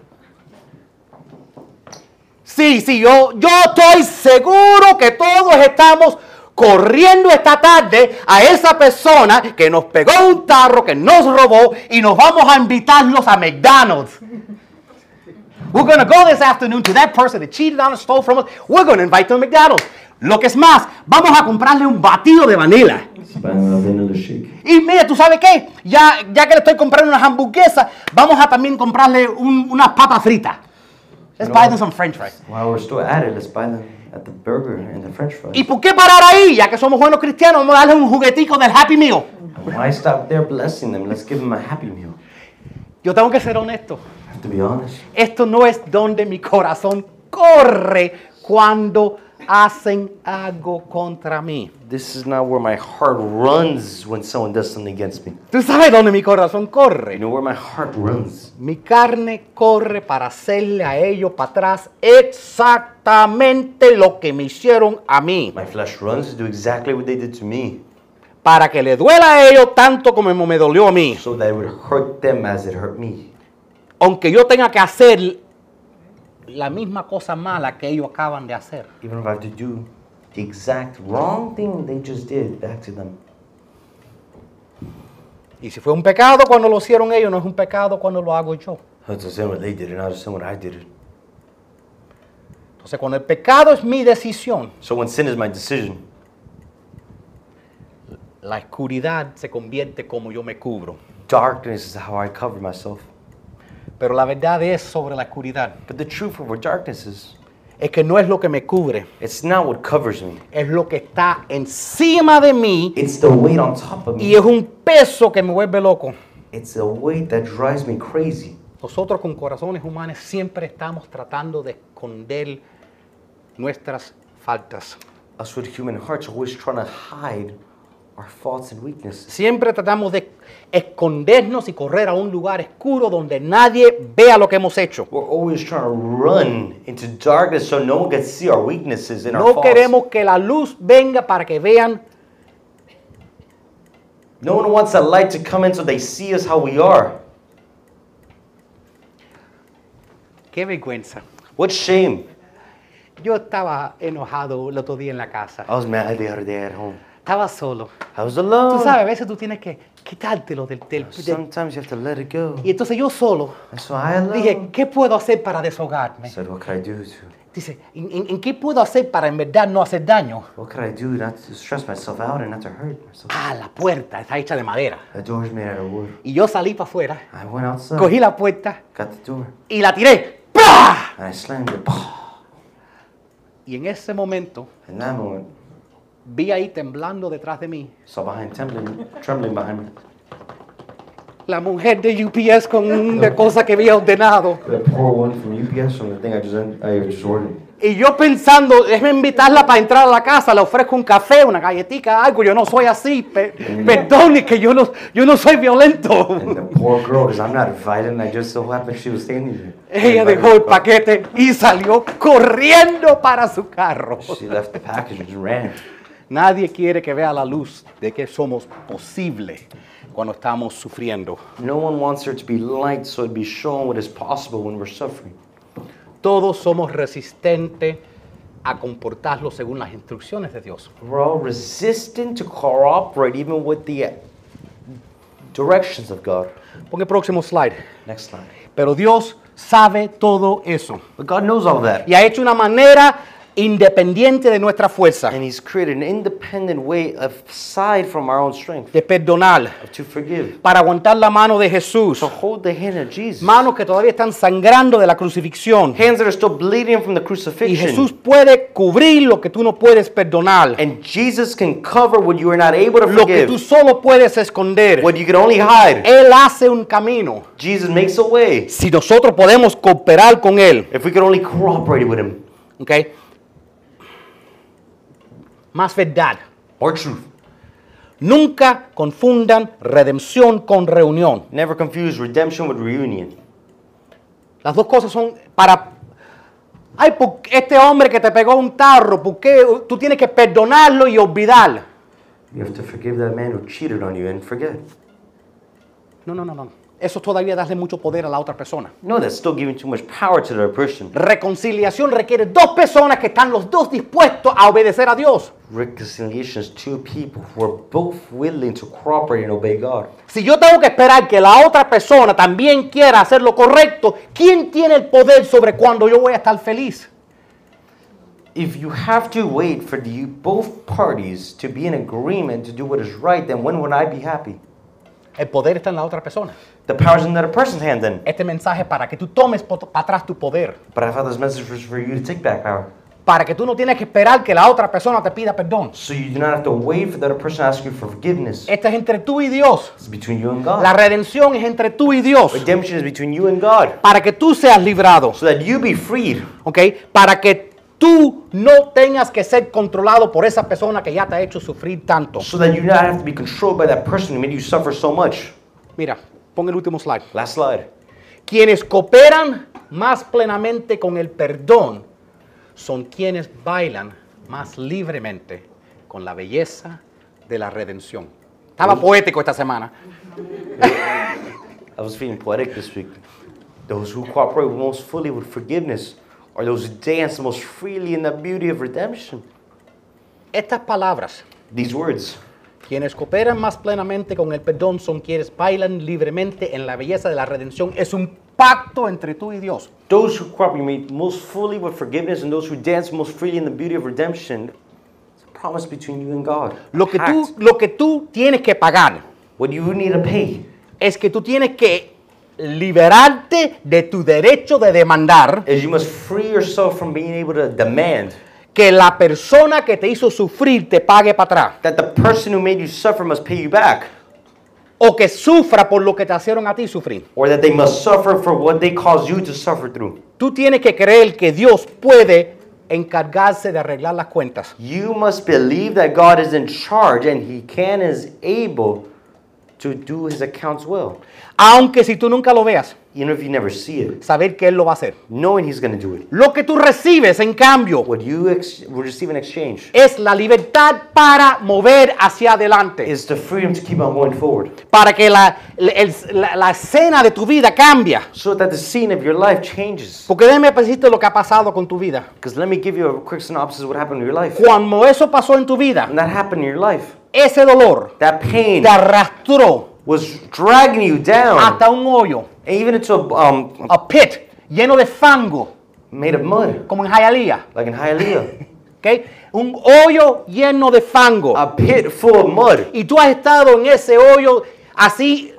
S6: Sí, sí, yo, yo estoy seguro que todos estamos corriendo esta tarde a esa persona que nos pegó un tarro, que nos robó y nos vamos a invitarlos a McDonald's. We're going to go this afternoon to that person that cheated on us, stole from us. We're going to invite them to McDonald's. Lo que es más, vamos a comprarle un batido de vanilla. Y mire, ¿tú sabes qué? Ya, ya que le estoy comprando unas hamburguesas, vamos a también comprarle un- unas papas fritas. Let's buy them some french fries.
S2: While we're still at it, let's buy them at the burger and the french fries.
S6: ¿Y por qué parar ahí? Ya que somos buenos cristianos, vamos a darle un juguetico del Happy Meal.
S2: And Why stop there blessing them? Let's give them a happy meal.
S6: Yo tengo que ser honesto.
S2: I have to be honest.
S6: Esto no es donde mi corazón corre cuando hacen algo contra mí.
S2: This is not where my heart runs when someone does something against me.
S6: ¿Tú sabes dónde mi corazón
S2: You
S6: corre?
S2: know where my heart runs?
S6: Mi carne corre para hacerle a ellos para atrás exactamente lo que me hicieron a mí.
S2: My flesh runs to do exactly what they did to me,
S6: Para que le duela a ellos tanto como me dolió a mí.
S2: so that it would hurt them as it hurt me.
S6: Aunque yo tenga que hacer la misma cosa mala que ellos acaban de hacer.
S2: Even if I have to do the exact wrong thing they just did back to them.
S6: Y si fue un pecado cuando lo hicieron ellos, no es un pecado cuando lo hago yo.
S2: It's a sin what they did, and not a sin what I did.
S6: Entonces, cuando el pecado es mi decisión,
S2: So when sin is my decision,
S6: la oscuridad se convierte como yo me cubro.
S2: darkness is how I cover myself.
S6: Pero la verdad es sobre la oscuridad,
S2: But the truth of what darkness is,
S6: es que no es lo que me cubre,
S2: it's not what covers me.
S6: es lo que está encima de mí
S2: It's the weight on top of
S6: y
S2: me.
S6: es un peso que me vuelve loco.
S2: It's the weight that drives me crazy.
S6: Nosotros con corazones humanos siempre estamos tratando de esconder nuestras faltas.
S2: Us with human hearts are always trying to hide our faults and weaknesses.
S6: Siempre tratamos de escondernos y correr a un lugar oscuro donde nadie vea lo que hemos hecho.
S2: We're always trying to run into darkness so no one can see our weaknesses and our
S6: No
S2: faults.
S6: queremos que la luz venga para que vean
S2: No one wants the light to come in so they see us how we are.
S6: qué vergüenza.
S2: What shame.
S6: Yo estaba enojado el otro día en la casa.
S2: I was mad the other day at home.
S6: Estaba solo.
S2: I was
S6: Tú
S1: Oh.
S2: alone.
S6: sabes, a veces tú tienes que quitártelo del... del- de-
S2: Sometimes you have to let it go.
S6: y entonces yo solo
S2: And so I alone.
S1: Oh.
S6: dije, ¿qué puedo hacer para deshogarme?
S2: said, what could I do to?
S6: Dice, ¿en, en- en qué puedo hacer para en verdad no hacer daño?
S2: What could I do not to stress myself out and not to hurt myself?
S6: Ah, la puerta está hecha de madera.
S2: The door's made out of wood.
S6: Y yo salí para afuera,
S2: I went outside,
S6: cogí la puerta
S2: got the door,
S6: y la tiré. ¡Pah!
S2: and I slammed it. [SIGHS]
S6: Y en ese momento
S2: In that moment,
S6: vi ahí temblando detrás de mí
S2: saw behind trembling, trembling behind me.
S6: la mujer de UPS con una cosa que había ordenado.
S2: The poor one from UPS from the thing I just I just ordered.
S6: Y yo pensando, déjame invitarla para entrar a la casa, le ofrezco un café, una galletita, algo, yo no soy así, pe- perdone que yo no, yo no soy violento.
S2: [LAUGHS] And the poor girl, because I'm not invited, and I just so happened she was standing there.
S6: Ella
S2: Invited
S6: dejó el
S2: to go.
S6: paquete y salió corriendo para su carro.
S2: She left the package and just ran.
S6: Nadie quiere que vea la luz de que somos posibles cuando estamos sufriendo.
S2: No one wants there to be light, so it'd be shown what is possible when we're suffering.
S6: Todos somos resistentes a comportarnos según las instrucciones de Dios.
S2: We're all resistant to cooperate even with the directions of God.
S6: Pon el próximo slide.
S2: Next slide.
S6: Pero Dios sabe todo eso.
S2: But God knows all that.
S6: y ha hecho una manera independiente de nuestra fuerza,
S2: And He's created an independent way aside from our own strength
S6: de perdonar,
S2: to forgive.
S6: para aguantar la mano de Jesús,
S2: So hold the hand of Jesus.
S6: manos que todavía están sangrando de la crucifixión.
S2: Hands that are still bleeding from the
S6: Y
S2: crucifixion.
S6: Jesús puede cubrir lo que tú no puedes perdonar,
S2: And Jesus can cover what you are not able to
S6: lo que
S2: forgive,
S6: tú solo puedes esconder.
S2: what you can only hide.
S6: Él hace un camino.
S2: Jesus makes a way
S6: Si nosotros podemos cooperar con Él,
S2: if we could only cooperate with Him.
S6: ¿ok? Más verdad.
S2: More truth.
S6: Nunca confundan redención con reunión.
S2: Never confuse redemption with reunion.
S6: Las dos cosas son para... Ay, por- este hombre que te pegó un tarro, ¿por qué tú tienes que perdonarlo y olvidar?
S2: You have to forgive that man who cheated on you and forget.
S6: No, no, no, no. Eso todavía darle mucho poder a la otra persona.
S2: No, that's still giving too much power to the other person.
S6: Reconciliación requiere dos personas que están los dos dispuestos a obedecer a Dios.
S2: Reconciliation is two people who are both willing to cooperate and obey God.
S6: Si yo tengo que esperar que la otra persona también quiera hacer lo correcto, ¿quién tiene el poder sobre cuándo yo voy a estar feliz?
S2: If you have to wait for the both parties to be in agreement to do what is right, then when would I be happy?
S6: El poder está en la otra persona.
S2: The power's in the other person's hand then.
S6: Este mensaje es para que tú tomes para atrás tu poder,
S2: But I thought this message was for you to take back power.
S6: para que tú no tienes que esperar que la otra persona te pida perdón.
S2: So you do not have to wait for the other person to ask you for forgiveness.
S6: Esta es entre tú y Dios.
S2: It's between you and
S6: La
S2: God.
S6: redención es entre tú y Dios,
S2: Redemption is between you and God.
S6: para que tú seas librado,
S2: So that you be freed.
S6: ¿ok? Para que tú no tengas que ser controlado por esa persona que ya te ha hecho sufrir tanto.
S2: So that you do not have to be controlled by that person who made you suffer so much.
S6: Mira, pon el último slide.
S2: Last slide.
S6: Quienes cooperan más plenamente con el perdón son quienes bailan más libremente con la belleza de la redención. Estaba poético esta semana.
S2: I was feeling poetic this week. Those who cooperate most fully with forgiveness are those who dance most freely in the beauty of redemption.
S6: Estas palabras,
S2: These words.
S6: quienes cooperan más plenamente con el perdón son quienes bailan libremente en la belleza de la redención, es un pacto entre tú y Dios.
S2: Those who cooperate most fully with forgiveness and those who dance most freely in the beauty of redemption. It's a promise between you and God.
S6: Lo que tú,
S2: Pact.
S6: lo que tú tienes que pagar
S2: What you need to pay
S6: es que tú tienes que liberarte de tu derecho de demandar
S2: is you must free yourself from being able to demand
S6: que la persona que te hizo sufrir te pague para atrás
S2: that the person who made you suffer must pay you back.
S6: o que sufra por lo que te hicieron a ti sufrir.
S2: or that they must suffer for what they caused you to suffer through.
S6: Tú tienes que creer que Dios puede encargarse de arreglar las cuentas.
S2: You must believe that God is in charge and He can is able to do His accounts well,
S6: Aunque si tú nunca lo veas,
S2: even if you never see it,
S6: saber que Él lo va a hacer.
S2: knowing He's going to do it.
S6: Lo que tú recibes, en cambio,
S2: What you ex- will receive in exchange
S6: es la libertad para mover hacia adelante,
S2: is the freedom to keep on going forward,
S6: para que la, el- la- la escena de tu vida cambie.
S2: so that the scene of your life changes.
S6: Porque déjame decirte lo que ha pasado con tu vida.
S2: Because let me give you a quick synopsis of what happened in your life.
S6: Cuando eso pasó en tu vida,
S2: When that happened in your life,
S6: ese dolor
S2: that pain
S6: te arrastró
S2: was dragging you down,
S6: hasta un hoyo,
S2: and even into a um,
S6: a pit, lleno de fango,
S2: made of mud,
S6: como en Hialeah,
S2: like in Hialeah.
S6: ¿ok? Un hoyo lleno de fango.
S2: a pit full of mud.
S6: Y tú has estado en ese hoyo así,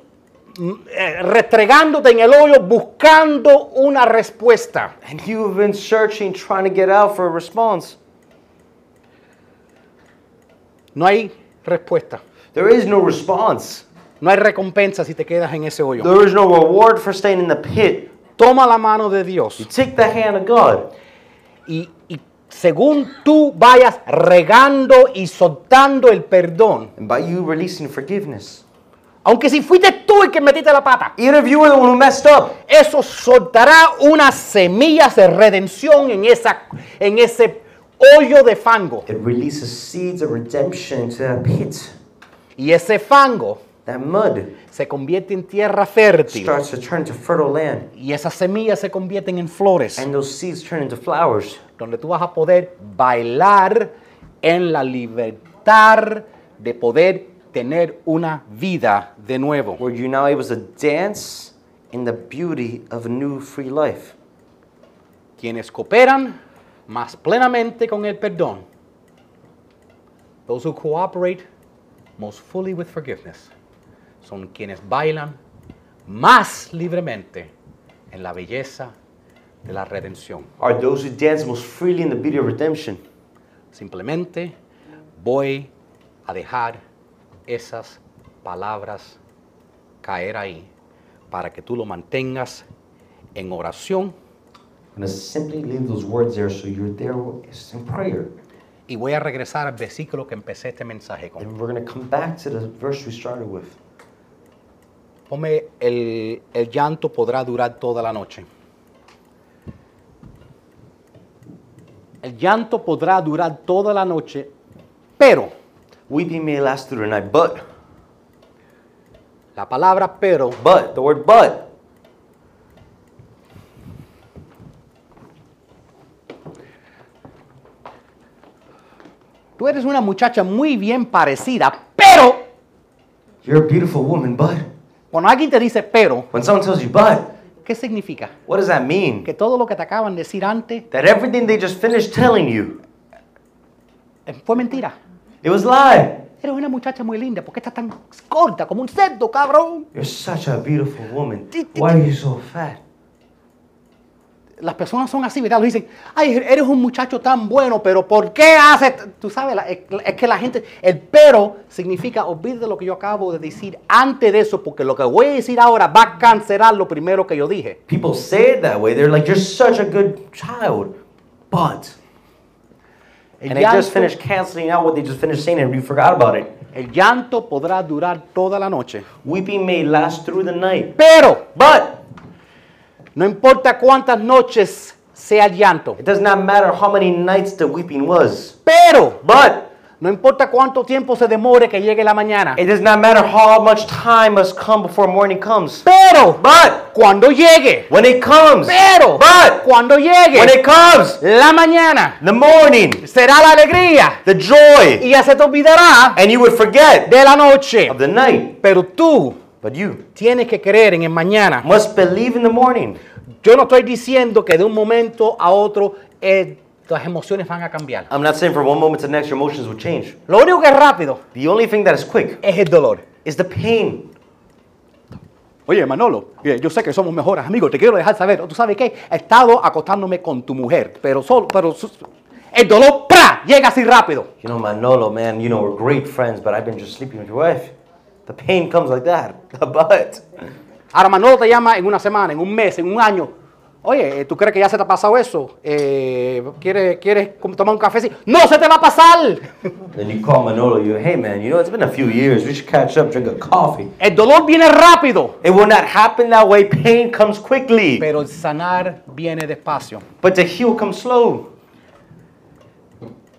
S6: mm, eh, restregándote en el hoyo, buscando una respuesta.
S2: And you've been searching, trying to get out for a response.
S6: No hay respuesta.
S2: There is no response.
S6: No hay recompensa si te quedas en ese hoyo.
S2: There is no reward for staying in the pit.
S6: Toma la mano de Dios
S2: You take the hand of God.
S6: y, y según tú vayas regando y soltando el perdón,
S2: And by you releasing forgiveness.
S6: aunque si fuiste tú el que metiste la pata,
S2: Even if you were the one who messed up,
S6: Eso soltará unas semillas de redención en, esa, en ese hoyo de fango.
S2: it releases seeds of redemption into that pit.
S6: Y ese fango
S2: That mud
S6: se convierte en tierra fértil.
S2: starts to turn to fertile land.
S6: Y esas semillas se convierten en flores,
S2: And those seeds turn into flowers.
S6: donde tú vas a poder bailar en la libertad de poder tener una vida de nuevo.
S2: Where you're now able to dance in the beauty of a new free life.
S6: Quienes cooperan más plenamente con el perdón. Those who cooperate most fully with forgiveness son quienes bailan más libremente en la belleza de la redención.
S2: are those who dance most freely in the beauty of redemption.
S6: Simplemente voy a dejar esas palabras caer ahí para que tú lo mantengas en oración
S2: I'm going to simply leave those words there so you're there in prayer.
S6: y voy a regresar al versículo que empecé este mensaje con.
S2: And we're going to come back to the verse we started with.
S6: Ponme el, el llanto podrá durar toda la noche. El llanto podrá durar toda la noche, pero
S2: Weeping may last through the night, but,
S6: la palabra pero
S2: but, the word but,
S6: Tú eres una muchacha muy bien parecida, pero
S2: you're a beautiful woman, but.
S6: cuando alguien te dice pero,
S2: When someone tells you but,
S6: ¿qué significa?
S2: what does that mean?
S6: Que todo lo que te acaban de decir antes
S2: That everything they just finished telling you,
S6: eh, fue mentira.
S2: it was lie.
S6: Eres una muchacha muy linda, ¿por qué estás tan corta como un cerdo, cabrón?
S2: You're such a beautiful woman. Why are you so fat?
S6: Las personas son así, ¿verdad? Lo dicen, ay, eres un muchacho tan bueno, pero ¿por qué haces? t-?" Tú sabes, la- es es que la gente, el pero significa, olvídate lo que yo acabo de decir antes de eso, porque lo que voy a decir ahora va a cancelar lo primero que yo dije.
S2: People say it that way. They're like, you're such a good child, but.
S6: El
S2: And they just
S6: llanto-
S2: finished canceling out what they just finished saying and you forgot about it.
S6: el llanto podrá durar toda la noche,
S2: Weeping may last through the night,
S6: pero
S2: but
S6: No importa cuántas noches sea el llanto,
S2: it does not matter how many nights the weeping was.
S6: pero
S2: But
S6: no importa cuánto tiempo se demore que llegue la mañana,
S2: it does not matter how much time must come before morning comes.
S6: pero
S2: But
S6: cuando llegue,
S2: when it comes,
S6: pero
S2: But-
S6: cuando
S2: when
S6: llegue
S2: it comes,
S6: la mañana
S2: the morning,
S6: será la alegría
S2: the joy,
S6: y ya se te olvidará
S2: and you would forget
S6: de la noche.
S2: of the night.
S6: Pero tú
S2: But you
S6: tienes que creer en el mañana.
S2: must believe in the morning.
S6: Yo no estoy diciendo que de un momento a otro eh, las emociones van a cambiar.
S2: I'm not saying from one moment to the next your emotions will change.
S6: Lo único que es rápido
S2: The only thing that is quick
S6: es el dolor.
S2: is the pain.
S6: Oye, Manolo, eh, yo sé que somos mejores amigos, te quiero dejar saber. ¿Tú sabes qué? He estado acostándome con tu mujer, pero solo, pero su- su- el dolor ¡pra! llega así rápido.
S2: You know, Manolo, man, you know, we're great friends, but I've been just sleeping with your wife. The pain comes like that. [LAUGHS] But
S6: Ahora Manolo te llama en una semana, en un mes, en un año. Oye, eh, ¿tú crees que ya se te ha pasado eso? Eh, ¿quieres, ¿Quieres com- tomar un café? ¡No se te va a pasar!
S2: then you call Manolo, you hey man, you know, it's been a few years. We should catch up, drink a coffee.
S6: El dolor viene rápido,
S2: It will not happen that way. Pain comes quickly,
S6: pero el sanar viene despacio.
S2: but the heal comes slow.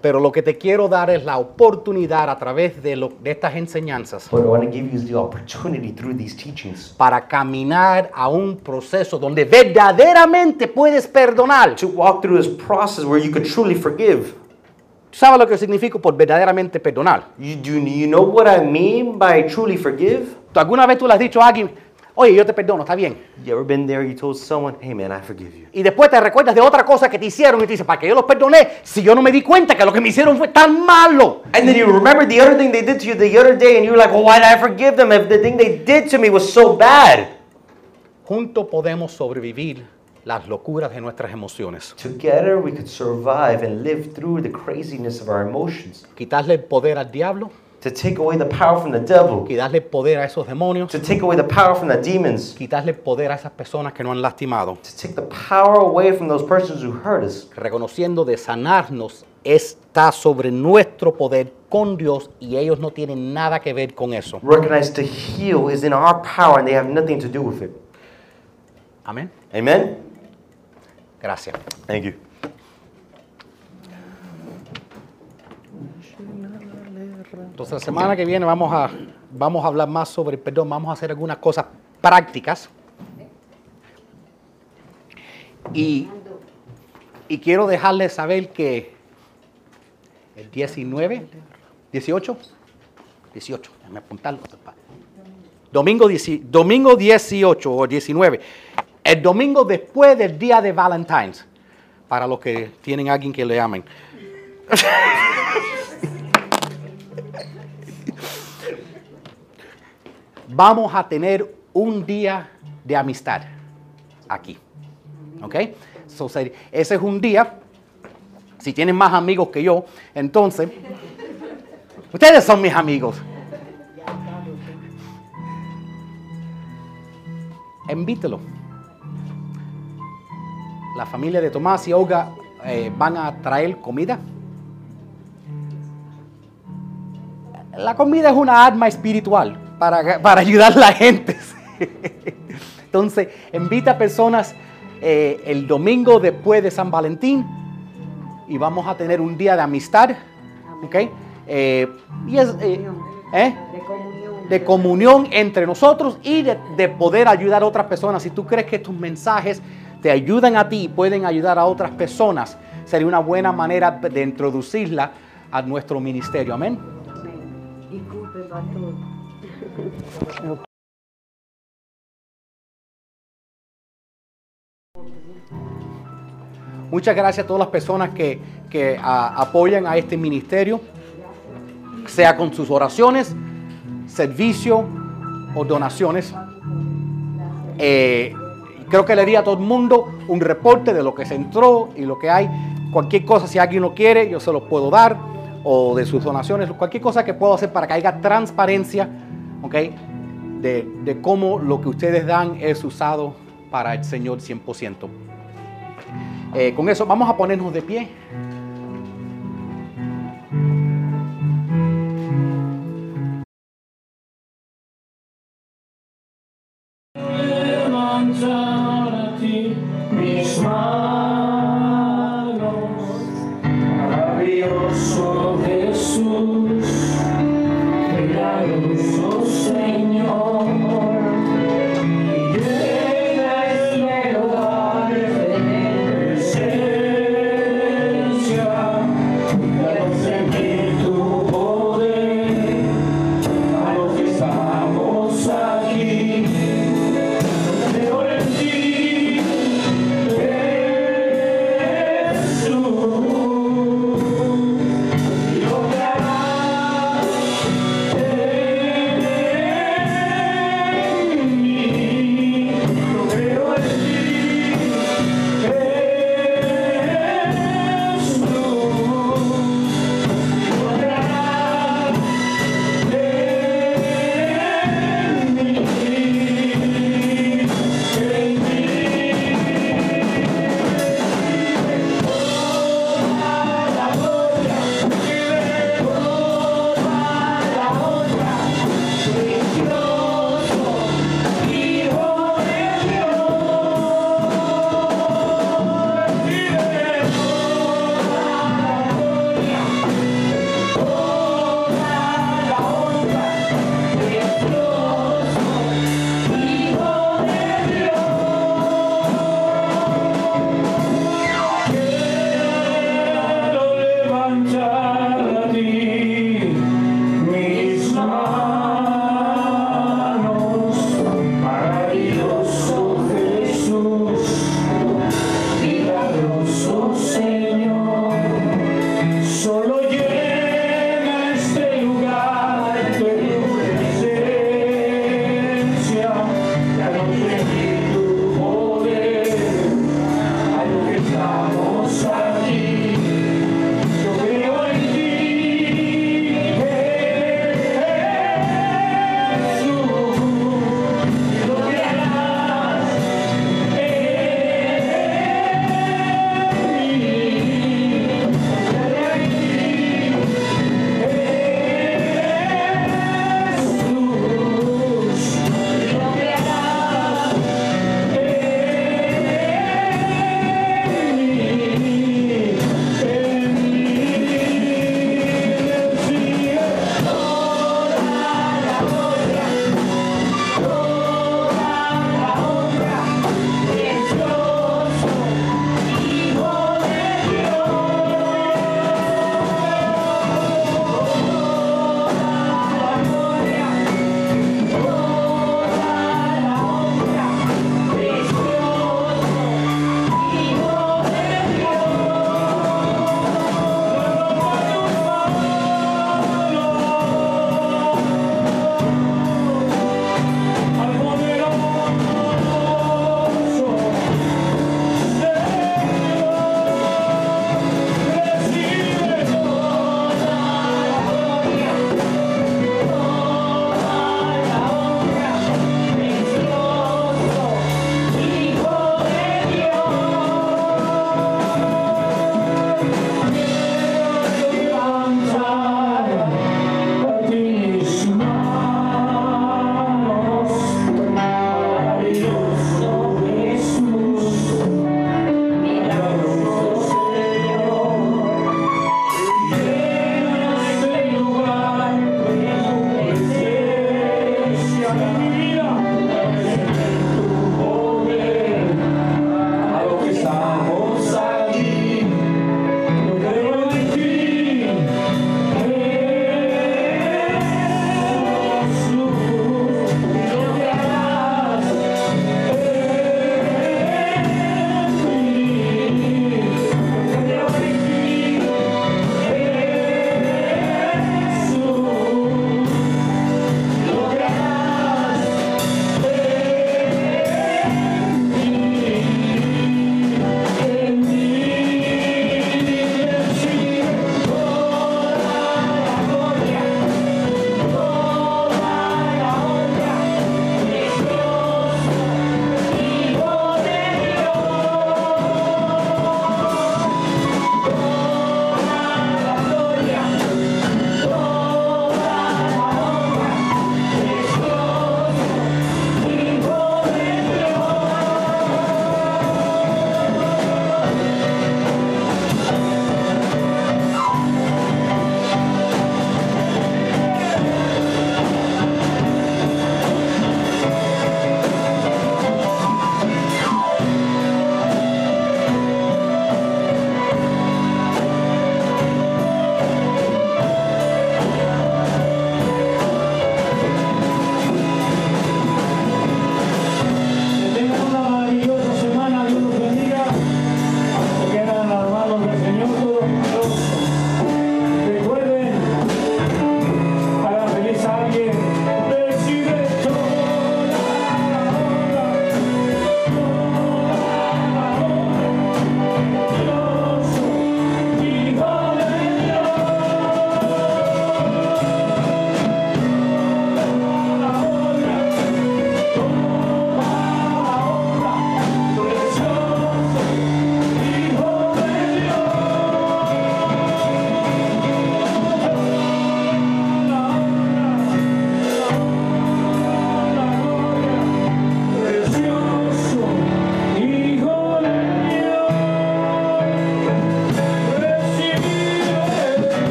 S6: Pero lo que te quiero dar es la oportunidad a través de, lo- de estas enseñanzas
S2: But I want to give you is the opportunity through these teachings
S6: para caminar a un proceso donde verdaderamente puedes perdonar.
S2: to walk through this process where you could truly forgive.
S6: ¿Tú sabes lo que significa por verdaderamente perdonar?
S2: You do you know what I mean by truly forgive?
S6: ¿Tú alguna vez tú le has dicho a alguien, oye, yo te perdono, está bien?
S2: You ever been there? You told someone, hey man, I forgive you.
S6: Y después te recuerdas de otra cosa que te hicieron y te dices, ¿para qué yo los perdoné? Si yo no me di cuenta que lo que me hicieron fue tan malo.
S2: And then you remember the other thing they did to you the other day, and you're like, well, why did I forgive them if the thing they did to me was so bad?
S6: Juntos podemos sobrevivir las locuras de nuestras emociones.
S2: Together, we could survive and live through the craziness of our emotions.
S6: Quitarle el poder al diablo,
S2: To take away the power from the devil,
S6: quitarle el poder a esos demonios,
S2: to take away the power from the demons,
S6: quitarle el poder a esas personas que nos han lastimado.
S2: to take the power away from those persons who hurt us.
S6: reconociendo de sanarnos está sobre nuestro poder con Dios y ellos no tienen nada que ver con eso.
S2: Recognize to heal is in our power, and they have nothing to do with it.
S6: Amén.
S2: Amen?
S6: Gracias.
S2: Thank you.
S6: Entonces la semana que viene vamos a, vamos a hablar más sobre el perdón, vamos a hacer algunas cosas prácticas. Y, y quiero dejarles saber que el 19, 18, 18, déjame apuntarlo. Domingo, dieci- domingo 18 o 19, el domingo después del día de Valentine's. para los que tienen alguien que le amen. Vamos a tener un día de amistad aquí. ¿Ok? So, se- ese es un día. Si tienen más amigos que yo, entonces. Ustedes son mis amigos. Invítelo. La familia de Tomás y Olga eh, van a traer comida. La comida es una arma espiritual para, para ayudar a la gente. [LAUGHS] Entonces, invita a personas eh, el domingo después de San Valentín y vamos a tener un día de amistad. ¿Ok? Eh, y es, eh, ¿eh?
S7: De
S5: um
S7: comunión.
S6: de comunión entre nosotros y de, de poder ayudar a otras personas. Si tú crees que tus mensajes te ayudan a ti y pueden ayudar a otras personas, sería una buena manera de introducirla a nuestro ministerio. Amén.
S7: Amén. Disculpe, pastor.
S6: Muchas gracias a todas las personas que, que, ah, apoyan a este ministerio, sea con sus oraciones, servicio o donaciones. Eh, creo que le di a todo el mundo un reporte de lo que se entró y lo que hay. Cualquier cosa, si alguien lo quiere, yo se lo puedo dar. O de sus donaciones, cualquier cosa que puedo hacer para que haya transparencia, ¿ok? De, de cómo lo que ustedes dan es usado para el Señor 100%. Eh, con eso vamos a ponernos de pie.
S4: este